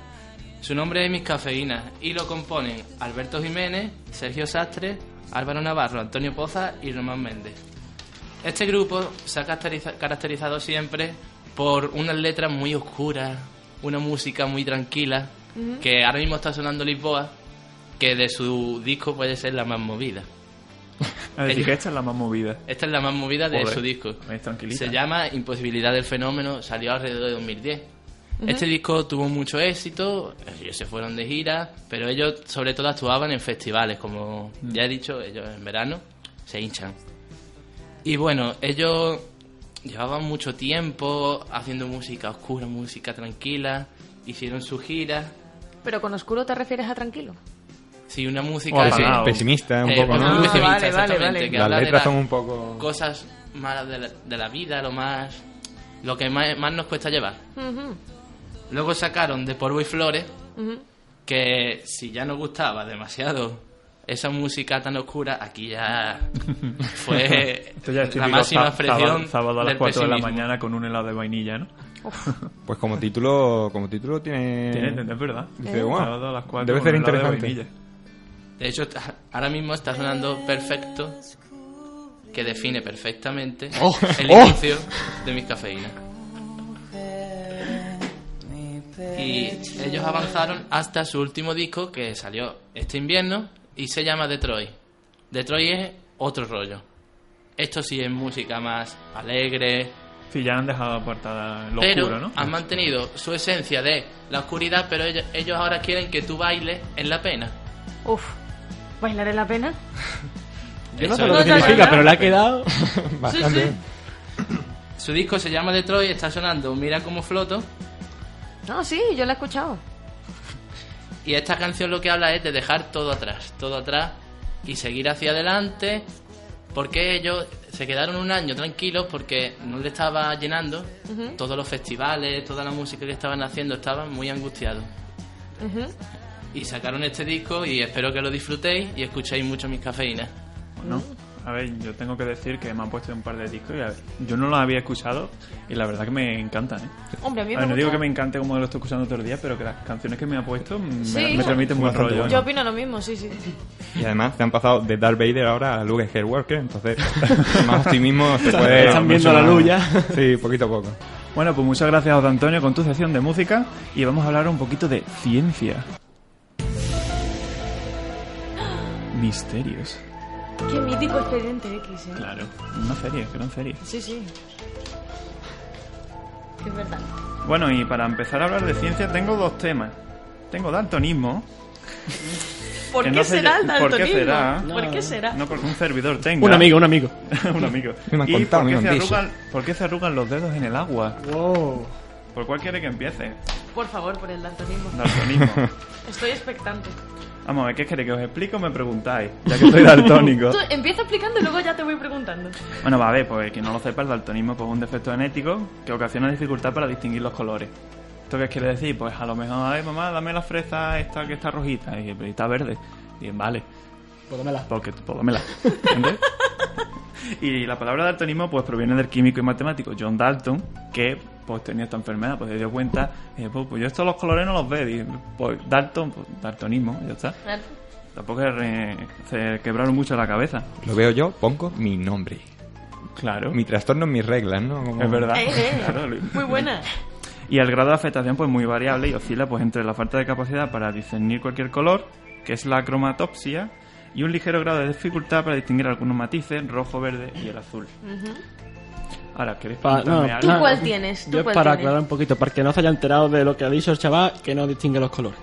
Speaker 11: Su nombre es Mis Cafeínas y lo componen Alberto Jiménez, Sergio Sastre, Álvaro Navarro, Antonio Poza y Román Méndez. Este grupo se ha caracteriza- caracterizado siempre por unas letras muy oscuras, una música muy tranquila,
Speaker 2: Ujú.
Speaker 11: que ahora mismo está sonando Lisboa, que de su disco puede ser la más movida.
Speaker 8: A decir,
Speaker 11: Ellos-
Speaker 8: que esta es la más movida.
Speaker 11: Esta es la más movida de
Speaker 8: Joder,
Speaker 11: su disco.
Speaker 8: es tranquilita.
Speaker 11: Se llama Imposibilidad del Fenómeno, salió alrededor de 2010.
Speaker 8: Ujú.
Speaker 11: Este disco tuvo mucho éxito, ellos se fueron de gira, pero ellos sobre todo actuaban en festivales, como
Speaker 8: Mm.
Speaker 11: ya he dicho, ellos en verano se hinchan. Y bueno, ellos llevaban mucho tiempo haciendo música oscura, música tranquila, hicieron su gira,
Speaker 3: Pero con oscuro te refieres a tranquilo.
Speaker 11: sí, una música
Speaker 10: O
Speaker 11: así-
Speaker 10: apagado. Pesimista, un poco,
Speaker 11: pues,
Speaker 10: ¿no?
Speaker 11: muy
Speaker 10: Ah,
Speaker 11: pesimista,
Speaker 10: vale, vale,
Speaker 11: exactamente,
Speaker 10: vale.
Speaker 11: que
Speaker 10: Las
Speaker 11: habla de
Speaker 10: letras
Speaker 11: las
Speaker 10: son un poco-
Speaker 11: cosas malas de la, de la vida, lo más lo que más, más nos cuesta llevar.
Speaker 3: Ujú,
Speaker 11: Luego sacaron de Polvo y Flores,
Speaker 3: ujú.
Speaker 11: que si ya nos gustaba demasiado esa música tan oscura, aquí ya fue
Speaker 8: Esto ya es
Speaker 11: la
Speaker 8: típico
Speaker 11: máxima
Speaker 8: sá-
Speaker 11: expresión
Speaker 8: sábado- Sábado a las
Speaker 11: del
Speaker 8: 4 de la
Speaker 11: pesimismo.
Speaker 8: mañana con un helado de vainilla, ¿no?
Speaker 10: Pues como título, como título tiene...
Speaker 8: Tiene- es verdad.
Speaker 10: Dice,
Speaker 8: Eh.
Speaker 10: bueno,
Speaker 8: Sábado a las cuatro
Speaker 10: debe
Speaker 8: con
Speaker 10: ser
Speaker 8: helado de
Speaker 10: interesante.
Speaker 8: vainilla.
Speaker 11: De hecho, está- ahora mismo está sonando perfecto, que define perfectamente
Speaker 2: Oh,
Speaker 11: el
Speaker 2: oh.
Speaker 11: inicio de mis cafeínas. Y ellos avanzaron hasta su último disco que salió este invierno y se llama Detroit. Detroit es otro rollo. Esto sí es música más alegre,
Speaker 8: Sí, ya han dejado apartada lo
Speaker 11: pero
Speaker 8: oscuro, ¿no?
Speaker 11: han mantenido su esencia de la oscuridad, pero ellos, ellos ahora quieren que tú bailes en la pena.
Speaker 3: Uf,
Speaker 9: ¿Pues
Speaker 3: ¿bailaré la pena?
Speaker 17: Yo no sé
Speaker 11: Eso
Speaker 17: lo que
Speaker 11: es.
Speaker 17: significa, pero le ha quedado
Speaker 11: Sí, sí. Su disco se llama Detroit, está sonando Mira como floto.
Speaker 3: No, sí, yo la he escuchado.
Speaker 11: Y esta canción lo que habla es de dejar todo atrás, todo atrás y seguir hacia adelante. Porque ellos se quedaron un año tranquilos porque no le estaba llenando.
Speaker 2: Ujú.
Speaker 11: Todos los festivales, toda la música que estaban haciendo estaban muy angustiados. Y sacaron este disco y espero que lo disfrutéis y escuchéis mucho mis cafeínas.
Speaker 8: ¿no? A ver, yo tengo que decir que me han puesto un par de discos y a ver, yo no los había escuchado y la verdad que me encantan, ¿eh?
Speaker 3: Hombre, a mí me
Speaker 8: ver, no digo
Speaker 3: gusta.
Speaker 8: que me encante como lo estoy escuchando todo el día, pero que las canciones que me ha puesto mm, me,
Speaker 3: Sí.
Speaker 8: me transmiten buen
Speaker 10: Bastante
Speaker 8: rollo.
Speaker 10: bueno.
Speaker 3: Yo opino lo mismo, sí, sí.
Speaker 10: Y además te han pasado de Darth Vader ahora a Luke Skywalker, entonces más optimismo se puede...
Speaker 8: Están viendo
Speaker 10: mucho
Speaker 8: la
Speaker 10: más-
Speaker 8: luz ya.
Speaker 10: Sí, poquito a poco.
Speaker 8: Bueno, pues muchas gracias, José Antonio, con tu sección de música y vamos a hablar un poquito de ciencia. Misterios.
Speaker 3: Qué mítico expediente X, ¿eh?
Speaker 8: Claro, una serie, gran serie.
Speaker 3: Sí, sí. Es verdad.
Speaker 8: Bueno, y para empezar a hablar de ciencia tengo dos temas. Tengo daltonismo
Speaker 9: ¿Por
Speaker 8: Que
Speaker 9: qué
Speaker 8: no sé
Speaker 9: será el
Speaker 8: yo- ¿Por
Speaker 9: daltonismo?
Speaker 8: qué será?
Speaker 9: ¿Por qué será?
Speaker 8: No porque un servidor tenga.
Speaker 17: Un amigo, un amigo.
Speaker 8: un amigo.
Speaker 10: Me han
Speaker 8: ¿Y
Speaker 10: contado,
Speaker 8: por,
Speaker 10: me lo
Speaker 8: qué se
Speaker 10: han dicho.
Speaker 8: arrugan, por qué se arrugan los dedos en el agua? ¿Por cuál quiere que empiece?
Speaker 9: Por favor, por el daltonismo.
Speaker 8: Daltonismo.
Speaker 9: Estoy expectante.
Speaker 8: Vamos a ver, ¿qué queréis que os explique o me preguntáis? Ya que soy daltónico.
Speaker 9: Tú empieza explicando y luego ya te voy preguntando.
Speaker 8: Bueno, va a ver, pues quien no lo sepa, el daltonismo pues, es un defecto genético que ocasiona dificultad para distinguir los colores. ¿Esto qué quiere decir? Pues a lo mejor, ay mamá, dame la fresa esta que está rojita y, y está verde. Y vale.
Speaker 17: Pues dámela.
Speaker 8: Porque, pues dámela. ¿Entiendes? y la palabra daltonismo pues proviene del químico y matemático John Dalton, que pues tenía esta enfermedad, pues se dio cuenta, eh, pues, pues, yo estos los colores no los veo. Y, pues Dalton, pues daltonismo, ya está. Tampoco se re- se quebraron mucho la cabeza.
Speaker 10: Lo veo yo, pongo mi nombre.
Speaker 8: Claro.
Speaker 10: Mi trastorno, mis reglas, ¿no? Como-
Speaker 8: Es verdad.
Speaker 9: Eh, eh.
Speaker 8: Claro, lo-
Speaker 9: Muy buena.
Speaker 8: Y el grado de afectación pues muy variable y oscila pues entre la falta de capacidad para discernir cualquier color, que es la cromatopsia, y un ligero grado de dificultad para distinguir algunos matices, rojo, verde y el azul. Ahora, ¿queréis
Speaker 17: Pa- no,
Speaker 8: preguntarme
Speaker 17: no,
Speaker 8: algo?
Speaker 17: no.
Speaker 9: cuál tienes? ¿Tú
Speaker 17: Yo
Speaker 9: cuál
Speaker 17: para
Speaker 9: tienes?
Speaker 17: aclarar un poquito, para que no se haya enterado de lo que ha dicho el chaval, que no distingue los colores.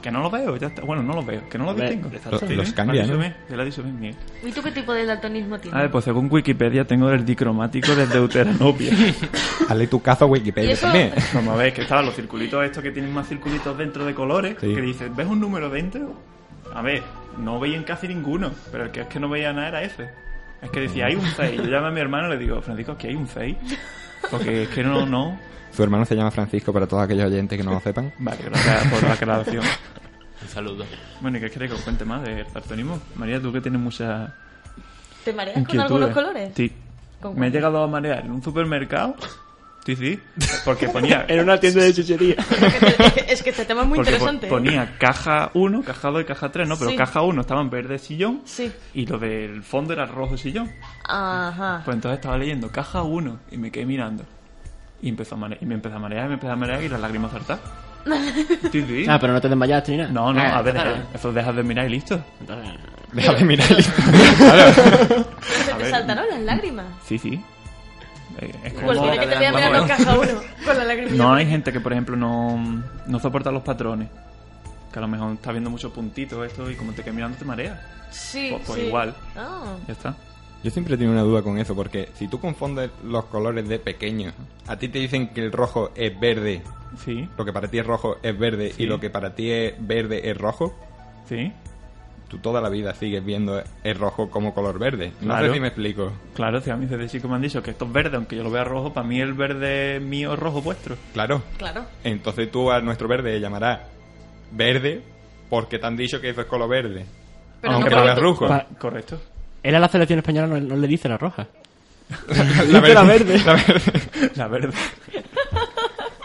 Speaker 8: Que no lo veo, ya está. Bueno, no lo veo, que no lo
Speaker 17: Hombre,
Speaker 8: distingo.
Speaker 17: exacto.
Speaker 8: Sí,
Speaker 17: Los
Speaker 8: ¿eh?
Speaker 17: cambia,
Speaker 8: Me la
Speaker 17: ¿no?
Speaker 8: dice bien, me la dice bien, Miguel.
Speaker 9: ¿Y tú qué tipo de daltonismo
Speaker 8: A ver,
Speaker 9: tienes?
Speaker 8: pues según Wikipedia tengo el dicromático de deuteranopia.
Speaker 10: Hazle tu caso a
Speaker 9: ¿Y
Speaker 10: Wikipedia
Speaker 9: eso?
Speaker 10: también.
Speaker 8: Vamos a ver, que estaban los circulitos estos que tienen más circulitos dentro de colores,
Speaker 10: Sí.
Speaker 8: que dices, ¿ves un número dentro? A ver, no veían casi ninguno, pero el que es que no veía nada era ese. Es que decía, hay un 6. Yo llamo a mi hermano y le digo, Francisco, aquí hay un 6. Porque es que no, no.
Speaker 10: Su hermano se llama Francisco, para todos aquellos oyentes que no lo sepan.
Speaker 8: Vale, gracias por la aclaración.
Speaker 11: Un saludo.
Speaker 8: Bueno, ¿y qué queréis que os cuente más del daltonismo? María, tú que tienes mucha
Speaker 9: ¿Te mareas con
Speaker 8: inquietudes.
Speaker 9: algunos colores?
Speaker 8: Sí.
Speaker 9: ¿Con
Speaker 8: Me he
Speaker 9: cuál?
Speaker 8: llegado a marear en un supermercado. Sí, sí. Porque ponía...
Speaker 17: En una tienda de chuchería.
Speaker 9: Es que este tema es muy
Speaker 8: Porque po-
Speaker 9: interesante. ¿eh?
Speaker 8: ponía caja 1, caja 2 y caja 3, ¿no? Pero
Speaker 9: Sí.
Speaker 8: caja 1 estaba en verde sillón
Speaker 9: Sí.
Speaker 8: y lo del fondo era rojo sillón.
Speaker 9: Ajá.
Speaker 8: Pues entonces estaba leyendo caja 1 y me quedé mirando. Y, empezó a mare- y me empezó a marear, y me empezó a marear y las lágrimas a saltar. Sí, sí.
Speaker 17: Ah, pero no te desmayaste ni nada.
Speaker 8: No, no,
Speaker 17: Ah,
Speaker 8: a ver,
Speaker 17: claro.
Speaker 8: deja- eso dejas de mirar y listo.
Speaker 10: Deja de mirar y listo.
Speaker 8: Claro.
Speaker 9: Pero se
Speaker 8: A
Speaker 9: te
Speaker 8: ver.
Speaker 9: saltaron las lágrimas.
Speaker 8: Sí, sí. Eh, Es
Speaker 9: Pues
Speaker 8: como-
Speaker 9: mira que te voy a mirar los caja uno con la lagrimilla.
Speaker 8: No hay gente que, por ejemplo, no, no soporta los patrones. Que a lo mejor está viendo muchos puntitos esto y como te quedas mirando te marea.
Speaker 9: Sí,
Speaker 8: Pues, pues
Speaker 9: sí.
Speaker 8: igual.
Speaker 9: Ah.
Speaker 8: Ya está.
Speaker 10: Yo siempre tengo una duda con eso, porque si tú confundes los colores de pequeño, a ti te dicen que el rojo es verde.
Speaker 8: Sí.
Speaker 10: Lo que para ti es rojo es verde
Speaker 8: Sí.
Speaker 10: y lo que para ti es verde es rojo.
Speaker 8: Sí.
Speaker 10: Tú toda la vida sigues viendo el rojo como color verde. No
Speaker 8: Claro.
Speaker 10: sé si me explico.
Speaker 8: Claro, si a mí desde chico me han dicho que esto es verde, aunque yo lo vea rojo, para mí el verde mío es rojo vuestro.
Speaker 10: Claro.
Speaker 9: Claro.
Speaker 10: Entonces tú a nuestro verde le llamarás verde porque te han dicho que eso es color verde.
Speaker 9: Pero
Speaker 10: Aunque
Speaker 9: no
Speaker 10: lo
Speaker 9: porque
Speaker 10: veas rojo.
Speaker 17: Pa-
Speaker 8: Correcto.
Speaker 17: Él a la selección española no, no le dice la roja. Le
Speaker 10: La
Speaker 17: dice la
Speaker 10: verde.
Speaker 17: verde.
Speaker 10: La verde.
Speaker 8: La verde.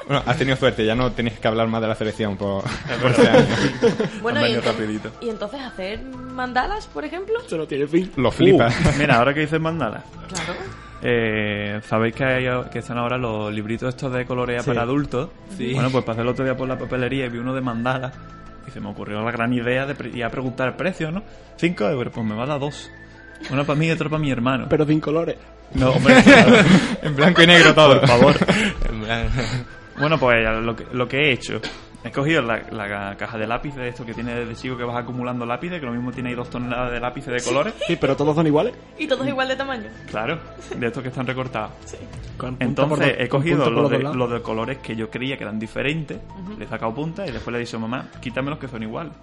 Speaker 10: Bueno, has tenido suerte, ya no tenías que hablar más de la selección por, por
Speaker 8: verdad.
Speaker 10: este año.
Speaker 9: Bueno, y entonces, y entonces hacer mandalas, por ejemplo.
Speaker 17: Eso no tiene fin.
Speaker 10: Lo flipas.
Speaker 8: Uh, mira, ahora que dices mandala.
Speaker 9: Claro.
Speaker 8: Eh, Sabéis que, hay, que están ahora los libritos estos de colorea
Speaker 17: Sí.
Speaker 8: para adultos.
Speaker 17: Sí.
Speaker 8: Bueno, pues pasé el otro día por la papelería y vi uno de mandala. Y se me ocurrió la gran idea de pre- ir a preguntar el precio, ¿no? 5 euros, pues me va a dar dos. Uno para mí y otro para mi hermano.
Speaker 17: Pero sin colores.
Speaker 8: No, hombre, claro.
Speaker 10: En blanco y negro todo.
Speaker 8: Por favor. Bueno, pues lo que, lo que he hecho. He cogido la, la ca- caja de lápices de esto que tiene desde chico que vas acumulando lápices, que lo mismo tiene ahí dos toneladas de lápices de colores.
Speaker 17: Sí, pero todos son iguales.
Speaker 9: Y todos igual de tamaño.
Speaker 8: Claro, de estos que están recortados.
Speaker 17: Con punta por
Speaker 8: Entonces
Speaker 17: dos-
Speaker 8: he
Speaker 17: con punta
Speaker 8: cogido
Speaker 17: por
Speaker 8: los
Speaker 17: los
Speaker 8: de,
Speaker 17: dos lados.
Speaker 8: los de colores que yo creía que eran diferentes, le he sacado punta y después le he dicho, mamá, quítame los que son iguales.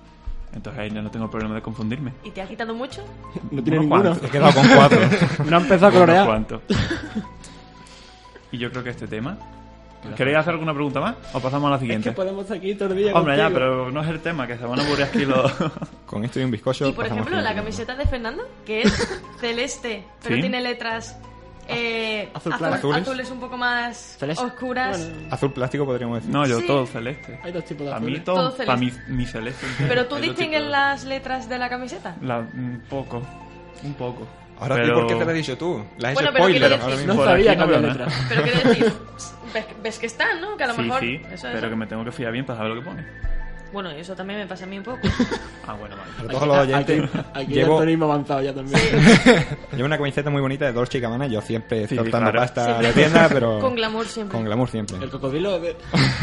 Speaker 8: Entonces ahí no tengo problema de confundirme.
Speaker 9: ¿Y te ha quitado mucho?
Speaker 17: No tiene
Speaker 8: Unos
Speaker 17: ninguno.
Speaker 8: cuantos.
Speaker 17: He quedado con cuatro. No ha empezado a
Speaker 8: Unos
Speaker 17: colorear.
Speaker 8: cuantos. Y yo creo que este tema... ¿Queréis hacer alguna pregunta más? ¿O pasamos a la
Speaker 17: Es
Speaker 8: siguiente?
Speaker 17: que podemos estar aquí todo el día.
Speaker 8: Hombre, ya,
Speaker 17: contigo.
Speaker 8: pero no es el tema, que se van a aburrir aquí los...
Speaker 10: Con esto y un bizcocho.
Speaker 9: Y por
Speaker 10: pasamos
Speaker 9: ejemplo,
Speaker 10: a
Speaker 9: la camiseta de Fernando, que es celeste, pero
Speaker 10: Sí. Ah,
Speaker 9: tiene letras eh,
Speaker 10: Azul
Speaker 9: azul-
Speaker 10: claro. Azules.
Speaker 9: azules un poco más
Speaker 10: Celeste.
Speaker 9: oscuras.
Speaker 10: Azul plástico podríamos decir.
Speaker 8: No, yo
Speaker 9: Sí.
Speaker 8: todo celeste.
Speaker 9: Hay dos tipos de
Speaker 8: A mí
Speaker 9: azules.
Speaker 8: todo,
Speaker 9: Todo
Speaker 8: para mí, mi celeste. entero.
Speaker 9: Pero tú
Speaker 8: Hay dos
Speaker 9: distingues
Speaker 8: tipos.
Speaker 9: las letras de la camiseta.
Speaker 8: La- un poco, un poco.
Speaker 10: Ahora a ti, ¿por qué te lo he dicho tú? La
Speaker 9: Bueno,
Speaker 10: has hecho
Speaker 9: pero
Speaker 10: spoiler.
Speaker 9: quiero decir-
Speaker 10: ahora
Speaker 8: No
Speaker 10: mismo.
Speaker 8: Por sabía aquí que no había veo nada. letra.
Speaker 9: Pero quiero decir, ves, ves que están, ¿no? Que a lo
Speaker 8: sí,
Speaker 9: mejor.
Speaker 8: sí,
Speaker 9: eso es-
Speaker 8: pero que me tengo que fiar bien para saber lo que pone.
Speaker 9: Bueno, eso también me pasa a mí un poco.
Speaker 8: Ah, bueno,
Speaker 10: Para
Speaker 8: vale.
Speaker 10: todos los oyentes, llevo,
Speaker 17: avanzado ya también.
Speaker 10: llevo una camiseta muy bonita de Dolce y Gabbana. Yo siempre estoy soltando
Speaker 8: claro.
Speaker 10: pasta a
Speaker 8: Siempre.
Speaker 10: la tienda, pero...
Speaker 9: Con glamour siempre.
Speaker 10: Con glamour siempre.
Speaker 17: El cocodrilo. eh, de-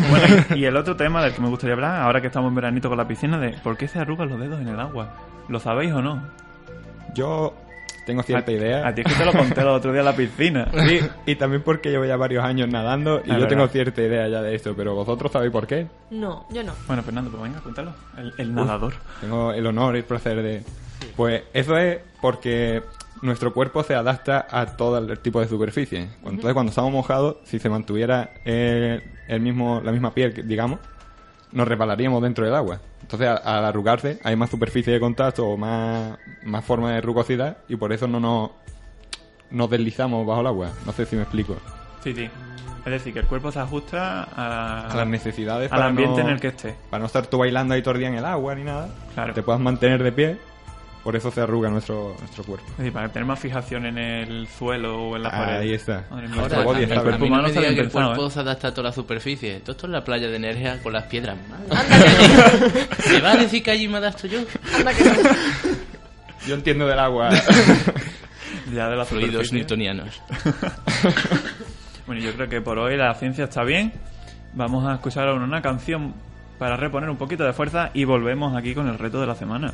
Speaker 8: Bueno, y el otro tema del que me gustaría hablar, ahora que estamos en veranito con la piscina, de por qué se arrugan los dedos en el agua. ¿Lo sabéis o no?
Speaker 10: Yo tengo cierta idea.
Speaker 8: A ti es que te lo conté el otro día en la piscina.
Speaker 10: Sí, y también porque llevo ya varios años nadando y
Speaker 8: Ah, Es
Speaker 10: yo
Speaker 8: verdad.
Speaker 10: tengo cierta idea ya de esto, pero vosotros sabéis por qué.
Speaker 9: No, yo no.
Speaker 8: Bueno, Fernando, pues venga, cuéntalo. El, el nadador.
Speaker 10: Tengo el honor y el placer de... Pues eso es porque nuestro cuerpo se adapta a todo el tipo de superficie. Entonces
Speaker 19: Ujú.
Speaker 10: cuando estamos mojados, si se mantuviera eh, el mismo, la misma piel, que- digamos, nos repararíamos dentro del agua. Entonces a- al arrugarse hay más superficie de contacto o más, más forma de rugosidad y por eso no nos, nos deslizamos bajo el agua. No sé si me explico.
Speaker 8: Sí, sí. Es decir, que el cuerpo se ajusta a,
Speaker 10: a las necesidades
Speaker 8: al
Speaker 10: para
Speaker 8: ambiente
Speaker 10: no-
Speaker 8: en el que esté.
Speaker 10: Para no estar tú bailando ahí todo el día en el agua ni nada. Te puedas mantener de pie. Por eso se arruga nuestro, nuestro cuerpo.
Speaker 8: Es decir, para tener más fijación en el suelo o en la pared.
Speaker 10: Ahí está.
Speaker 8: Madre mía.
Speaker 10: Nuestro body está
Speaker 8: el
Speaker 10: bien.
Speaker 8: cuerpo humano está bien
Speaker 11: que el
Speaker 8: pensado,
Speaker 11: cuerpo
Speaker 8: ¿eh?
Speaker 11: se adapta a toda la superficie. Todo esto en la playa de Nerja con las piedras. Madre. ¿Se va a decir que allí me adapto yo?
Speaker 10: Yo entiendo del agua.
Speaker 8: Ya de la
Speaker 11: Ah. Fluidos
Speaker 8: superficie.
Speaker 11: newtonianos.
Speaker 8: Bueno, yo creo que por hoy la ciencia está bien. Vamos a escuchar ahora una canción para reponer un poquito de fuerza y volvemos aquí con el reto de la semana.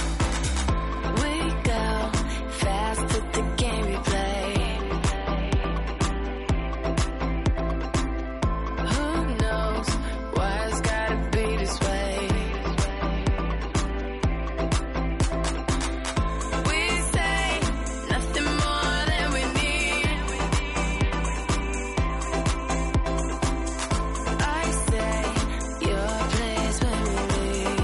Speaker 13: We go fast with the game we play. Who knows why it's gotta be this way? We say nothing more than we need. I say your place when we leave.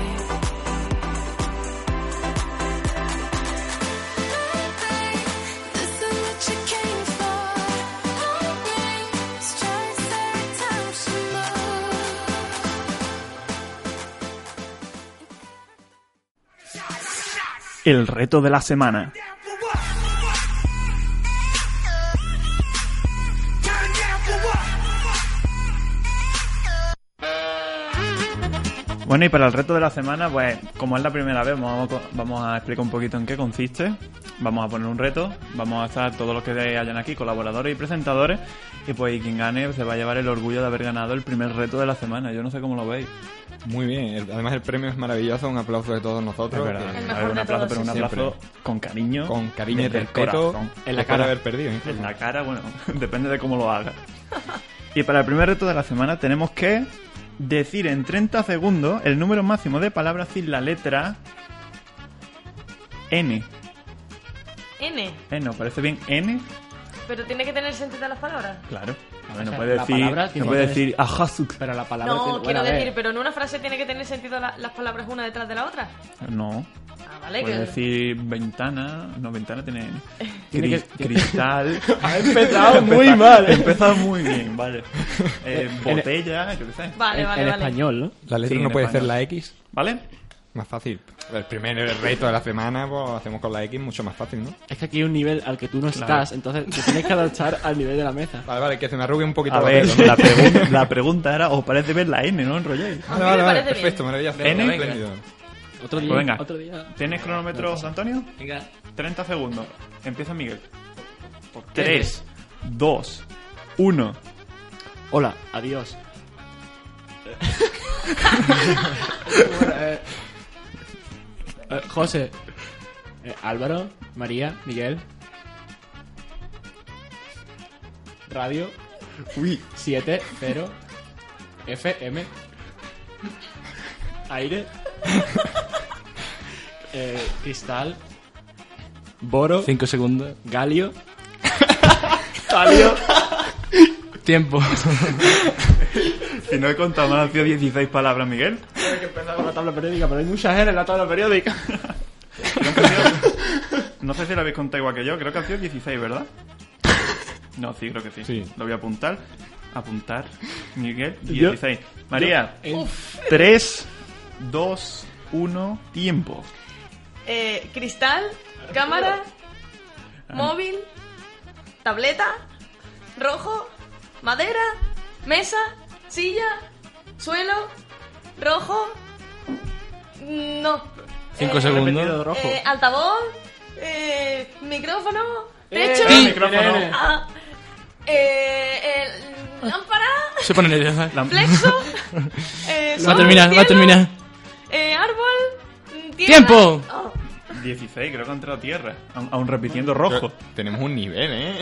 Speaker 13: This is what you came for. Lightning strikes every time she
Speaker 8: El reto de la semana. Bueno, y para el reto de la semana, pues como es la primera vez, vamos a, vamos a explicar un poquito en qué consiste. Vamos a poner un reto, vamos a estar todos los que hayan aquí, colaboradores y presentadores, y pues y quien gane se va a llevar el orgullo de haber ganado el primer reto de la semana. Yo no sé cómo lo veis.
Speaker 10: Muy bien. el- Además el premio es maravilloso. Un aplauso de todos nosotros.
Speaker 8: Es verdad,
Speaker 10: Que-
Speaker 8: El mejor a ver, un de aplauso, todos, pero un
Speaker 10: Siempre.
Speaker 8: aplauzo con cariño.
Speaker 10: Con cariño y
Speaker 8: desde el
Speaker 10: respeto.
Speaker 8: corazón.
Speaker 10: En la cara. haber perdido. incluso.
Speaker 8: En la cara, bueno, depende de cómo lo haga. Y para el primer reto de la semana tenemos que decir en 30 segundos el número máximo de palabras sin la letra N.
Speaker 9: N.
Speaker 8: Eh, ¿no parece bien N?
Speaker 9: Pero tiene que tener sentido las palabras.
Speaker 8: Claro. A ver,
Speaker 17: O
Speaker 8: no
Speaker 17: sea,
Speaker 8: puede
Speaker 17: la
Speaker 8: decir,
Speaker 17: palabra
Speaker 8: no
Speaker 17: tiene
Speaker 8: puede
Speaker 17: que tener-
Speaker 8: decir Ahazuk. Pero la palabra
Speaker 9: no, quiero
Speaker 17: E.
Speaker 9: decir, pero en una frase tiene que tener sentido la- las palabras una detrás de la otra.
Speaker 8: No.
Speaker 9: Ah, vale,
Speaker 8: Puede
Speaker 9: que-
Speaker 8: decir ventana. No, ventana tiene.
Speaker 17: Tiene
Speaker 8: cri-
Speaker 17: que-
Speaker 8: Cristal.
Speaker 17: Ha empezado muy mal,
Speaker 8: Ha
Speaker 17: ¿eh?
Speaker 8: empezado muy bien, vale. Eh,
Speaker 17: En-
Speaker 8: botella, yo qué sé.
Speaker 9: Vale, En- vale, en vale. español,
Speaker 17: ¿no?
Speaker 10: La letra
Speaker 8: Sí,
Speaker 10: no
Speaker 8: en
Speaker 10: puede ser
Speaker 8: español.
Speaker 10: la X.
Speaker 8: ¿Vale?
Speaker 10: Más fácil. El primer reto de la semana pues, lo hacemos con la X, mucho más fácil, ¿no?
Speaker 17: Es que aquí hay un nivel al que tú no
Speaker 10: Claro.
Speaker 17: estás, entonces te tienes que adaptar al nivel de la mesa.
Speaker 10: Vale, vale, que se me arrugue un poquito
Speaker 8: A
Speaker 10: la
Speaker 8: ver,
Speaker 10: pelota, ¿no?
Speaker 8: la, pregun- la pregunta era, ¿os parece ver la N, no enrolléis?
Speaker 10: Vale, vale, vale, perfecto, maravilloso.
Speaker 8: N,
Speaker 10: espléndido.
Speaker 17: Otro
Speaker 8: Pues
Speaker 17: día,
Speaker 8: venga.
Speaker 17: otro día.
Speaker 8: ¿Tienes cronómetros, Antonio?
Speaker 11: Venga.
Speaker 8: 30 segundos. Empieza Miguel.
Speaker 11: qué?
Speaker 8: 3, 2, 1.
Speaker 17: Hola, adiós. Eh, José, eh, Álvaro, María, Miguel. Radio. Uy. 7, 0, FM. Aire. Eh, cristal. Boro.
Speaker 11: 5 segundos.
Speaker 17: Galio. Galio.
Speaker 11: Tiempo.
Speaker 8: Si no he contado mal, han sido 16 palabras, Miguel.
Speaker 17: Hay que empezar con la tabla periódica, pero hay muchas N en la tabla periódica.
Speaker 8: No sé si lo habéis contado igual que yo, creo que han sido 16, ¿verdad? No, sí, creo que sí. Lo voy a apuntar. Apuntar. Miguel,
Speaker 17: Yo-
Speaker 8: 16. María,
Speaker 17: yo- Uf.
Speaker 8: 3, 2, 1, tiempo.
Speaker 9: Eh, cristal, cámara,
Speaker 11: Ah.
Speaker 9: móvil, tableta, rojo, madera, mesa, silla, suelo, rojo, mm, no.
Speaker 11: Cinco segundos.
Speaker 9: repetido,
Speaker 11: Rojo.
Speaker 9: eh, altavoz, eh, micrófono,
Speaker 17: Eh,
Speaker 9: techo,
Speaker 11: Sí. micrófono.
Speaker 9: ah, eh, el- lámpara,
Speaker 11: Se pone nerviosa.
Speaker 9: flexo, eh,
Speaker 11: Va a
Speaker 9: sol,
Speaker 11: terminar, va a
Speaker 9: cielo,
Speaker 11: terminar.
Speaker 9: eh, árbol, mm, tierra.
Speaker 11: ¡Tiempo!
Speaker 9: Oh.
Speaker 8: 16, creo que ha entrado tierra. Aún, aún repitiendo rojo.
Speaker 10: tenemos un nivel, ¿eh?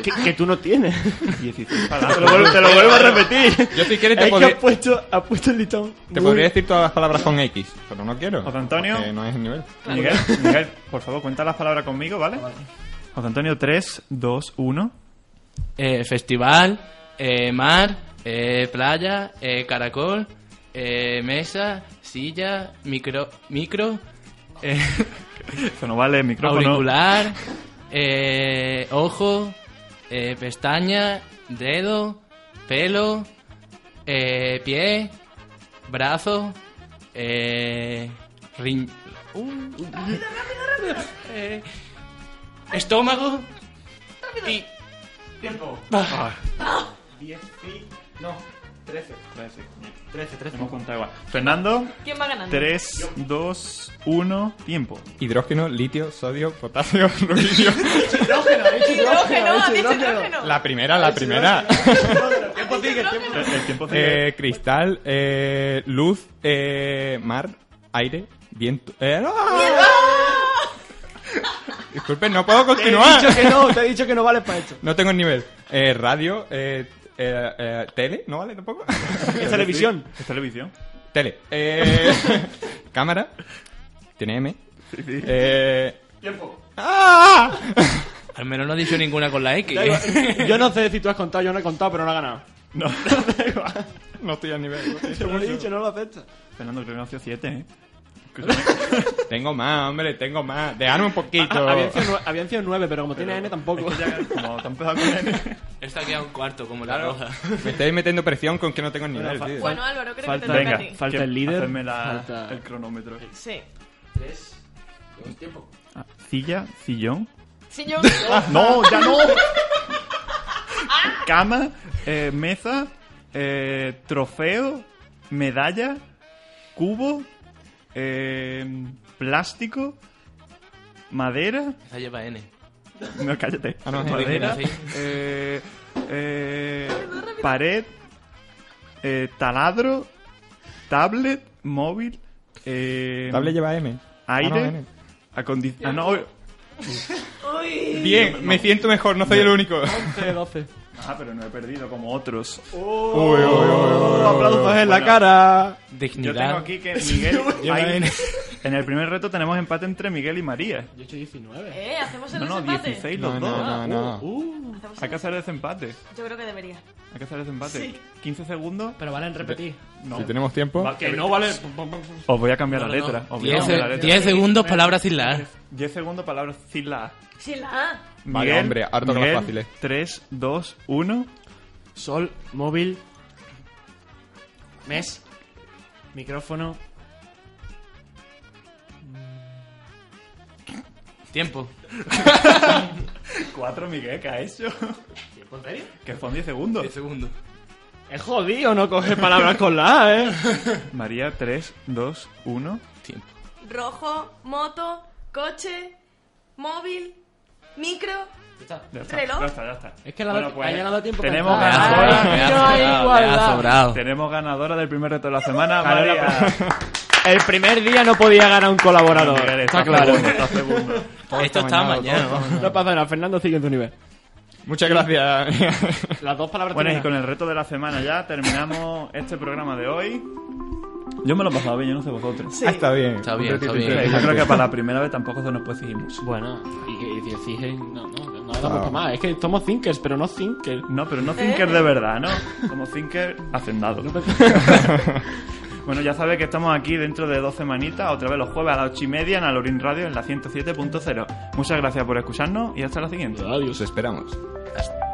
Speaker 17: que, que tú no tienes.
Speaker 8: 16 palabras. Te lo vuelvo, te lo vuelvo a repetir.
Speaker 10: Yo si quieres
Speaker 17: Es
Speaker 10: te,
Speaker 17: que
Speaker 10: podría,
Speaker 17: has puesto, has puesto el listón.
Speaker 10: te
Speaker 17: muy-
Speaker 10: podría decir todas las palabras con X, pero no quiero.
Speaker 8: José Antonio.
Speaker 10: porque no es el nivel.
Speaker 8: Miguel, Miguel, por favor, cuenta las palabras conmigo, ¿vale? José Antonio, 3, 2, 1.
Speaker 11: Eh, festival, eh, mar, eh, playa, eh, caracol, eh, mesa, silla, micro, micro, eh,
Speaker 8: Eso no vale, micrófono.
Speaker 11: auricular, eh, ojo, eh, pestaña, dedo, pelo, eh, pie, brazo, eh, uh, rin- Eh, estómago y...
Speaker 8: Tiempo.
Speaker 11: Ah.
Speaker 8: 10 y. No, 13. 13, 13. 13. Hemos contado igual. Fernando.
Speaker 9: ¿Quién va ganando?
Speaker 8: 3, 2, 1, tiempo.
Speaker 10: Hidrógeno, litio, sodio, potasio, rubidio.
Speaker 9: Hidrógeno, ha dicho hidrógeno.
Speaker 10: La primera, la primera.
Speaker 8: Tiempo sigue, tiempo. El, el tiempo sigue.
Speaker 10: Eh, cristal, eh, luz, eh, mar, aire, viento. Eh, ¡no! Disculpen, no
Speaker 17: Te
Speaker 10: puedo
Speaker 17: he
Speaker 10: continuar.
Speaker 17: dicho que no, te he dicho que no vale para esto.
Speaker 10: No tengo el nivel. Eh, radio, eh, eh, eh, tele, ¿no vale tampoco?
Speaker 8: Es televisión. Es televisión.
Speaker 10: Tele. Eh, cámara. Tiene M. Eh,
Speaker 8: Tiempo.
Speaker 10: ¡Ah!
Speaker 11: Al menos no ha dicho ninguna con la X.
Speaker 17: Da
Speaker 11: ¿eh?
Speaker 17: igual. Yo no sé si tú has contado, yo no he contado, pero no lo he ganado.
Speaker 8: No,
Speaker 10: no estoy al nivel. no estoy
Speaker 17: Te lo he dicho, no lo aceptas.
Speaker 8: Fernando, creo que no ha sido 7, ¿eh?
Speaker 10: tengo más, hombre, tengo más. Dejadme un
Speaker 8: Ah,
Speaker 10: poquito.
Speaker 17: Habían Ah, sido nue- habían sido nueve, pero como tiene N tampoco.
Speaker 8: Como te ha empezado con N.
Speaker 11: Esta queda un cuarto, como la roja.
Speaker 10: Me estáis metiendo presión con que no tengo el nivel,
Speaker 8: fa-
Speaker 10: tío.
Speaker 9: Bueno, Álvaro, creo que te
Speaker 8: Falta,
Speaker 9: toca
Speaker 8: venga,
Speaker 9: a ti.
Speaker 8: falta el líder.
Speaker 17: falta-
Speaker 8: el cronómetro.
Speaker 9: Sí.
Speaker 11: tiempo.
Speaker 8: Ah, Silla, sillón.
Speaker 9: Sillón.
Speaker 8: Ah, no, ya no. Cama, eh, mesa, eh, trofeo, medalla, cubo, eh, plástico, madera.
Speaker 11: Esa lleva N.
Speaker 8: No, cállate.
Speaker 11: Ah, no, es ridícula,
Speaker 8: madera,
Speaker 11: sí.
Speaker 8: eh, eh, pared, eh, taladro, tablet, móvil. Eh,
Speaker 10: Tablet lleva M.
Speaker 8: Aire,
Speaker 10: Ah, no, N.
Speaker 8: acondi- ah, no,
Speaker 9: Uy.
Speaker 10: Bien, me siento mejor, no soy el único.
Speaker 17: 11, 12.
Speaker 8: Ah, pero no he perdido como otros. Oh.
Speaker 10: Uy, uy, uy, uy.
Speaker 17: Aplausos en la
Speaker 8: Bueno,
Speaker 17: cara.
Speaker 8: Yo tengo aquí que Miguel. hay- en el primer reto tenemos empate entre Miguel y María.
Speaker 17: Yo he hecho 19.
Speaker 9: Eh, hacemos el
Speaker 8: No, no,
Speaker 9: desempate.
Speaker 8: 16
Speaker 10: No,
Speaker 8: los
Speaker 10: no,
Speaker 8: dos. Uh,
Speaker 10: no, no.
Speaker 9: Hacemos
Speaker 8: Hay
Speaker 9: el-
Speaker 8: que hacer desempate.
Speaker 9: Yo creo que debería.
Speaker 8: Hay que hacer desempate.
Speaker 9: Sí.
Speaker 8: 15 segundos.
Speaker 17: Pero valen repetir.
Speaker 8: No.
Speaker 10: Si tenemos tiempo.
Speaker 8: Va,
Speaker 17: Que no vale.
Speaker 8: Os voy a cambiar
Speaker 11: No,
Speaker 8: la
Speaker 11: no, no.
Speaker 8: letra. Os voy a
Speaker 11: Diez-
Speaker 8: cambiar la letra.
Speaker 11: diez segundos, palabras sin la A.
Speaker 8: 10 segundos, palabras sin la A.
Speaker 9: Sí, la A.
Speaker 10: Vale,
Speaker 8: Miguel,
Speaker 17: Eh,
Speaker 10: hombre, ahora toca las
Speaker 8: Miguel,
Speaker 10: fáciles.
Speaker 8: 3, 2, 1.
Speaker 17: Sol, móvil. Mes. Micrófono.
Speaker 11: Tiempo.
Speaker 8: Cuatro, Miguel, ¿qué ha hecho?
Speaker 11: ¿Tiempo en serio?
Speaker 8: Que fue 10 segundos.
Speaker 11: 10 segundos.
Speaker 17: Es jodido no coger palabras con la A, ¿eh?
Speaker 8: María, 3, 2, 1.
Speaker 11: Tiempo.
Speaker 9: Rojo, moto, coche, móvil, micro.
Speaker 8: Ya está,
Speaker 9: Reloj.
Speaker 8: ya está, ya está.
Speaker 17: Es que le ha dado- a ella le ha dado tiempo para
Speaker 8: Tenemos
Speaker 17: entrar.
Speaker 8: ganadora.
Speaker 17: Ah, no hay igualdad.
Speaker 8: Tenemos ganadora del primer reto de la semana.
Speaker 17: Claro,
Speaker 8: María.
Speaker 17: El primer día no podía ganar un colaborador.
Speaker 8: Miguel,
Speaker 17: está
Speaker 8: está
Speaker 17: claro.
Speaker 8: segundo, está segundo. Todo
Speaker 11: Esto está mañana.
Speaker 17: No pasa nada, Fernando sigue en tu nivel.
Speaker 10: Muchas gracias.
Speaker 17: Las dos palabras
Speaker 8: Bueno, y
Speaker 17: terminan.
Speaker 8: con el reto de la semana ya terminamos este programa de hoy. Yo me lo he pasado bien, yo no sé vosotros.
Speaker 10: Ah, está bien. Está bien,
Speaker 8: Un ratito
Speaker 10: está bien.
Speaker 8: interesante. Yo creo que para la primera vez tampoco se nos puede decir mucho.
Speaker 17: Bueno, y que exigen. No, no, no damos
Speaker 8: Claro.
Speaker 17: pa' más. Es que somos thinkers, pero no thinkers.
Speaker 8: No, pero no thinker de verdad, ¿no? Como thinker hacendado. bueno, ya sabes que estamos aquí dentro de dos semanitas, otra vez los jueves a las ocho y media en Alorín Radio en la 107.0. Muchas gracias por escucharnos y hasta la siguiente.
Speaker 17: Adiós,
Speaker 10: esperamos.
Speaker 8: Hasta.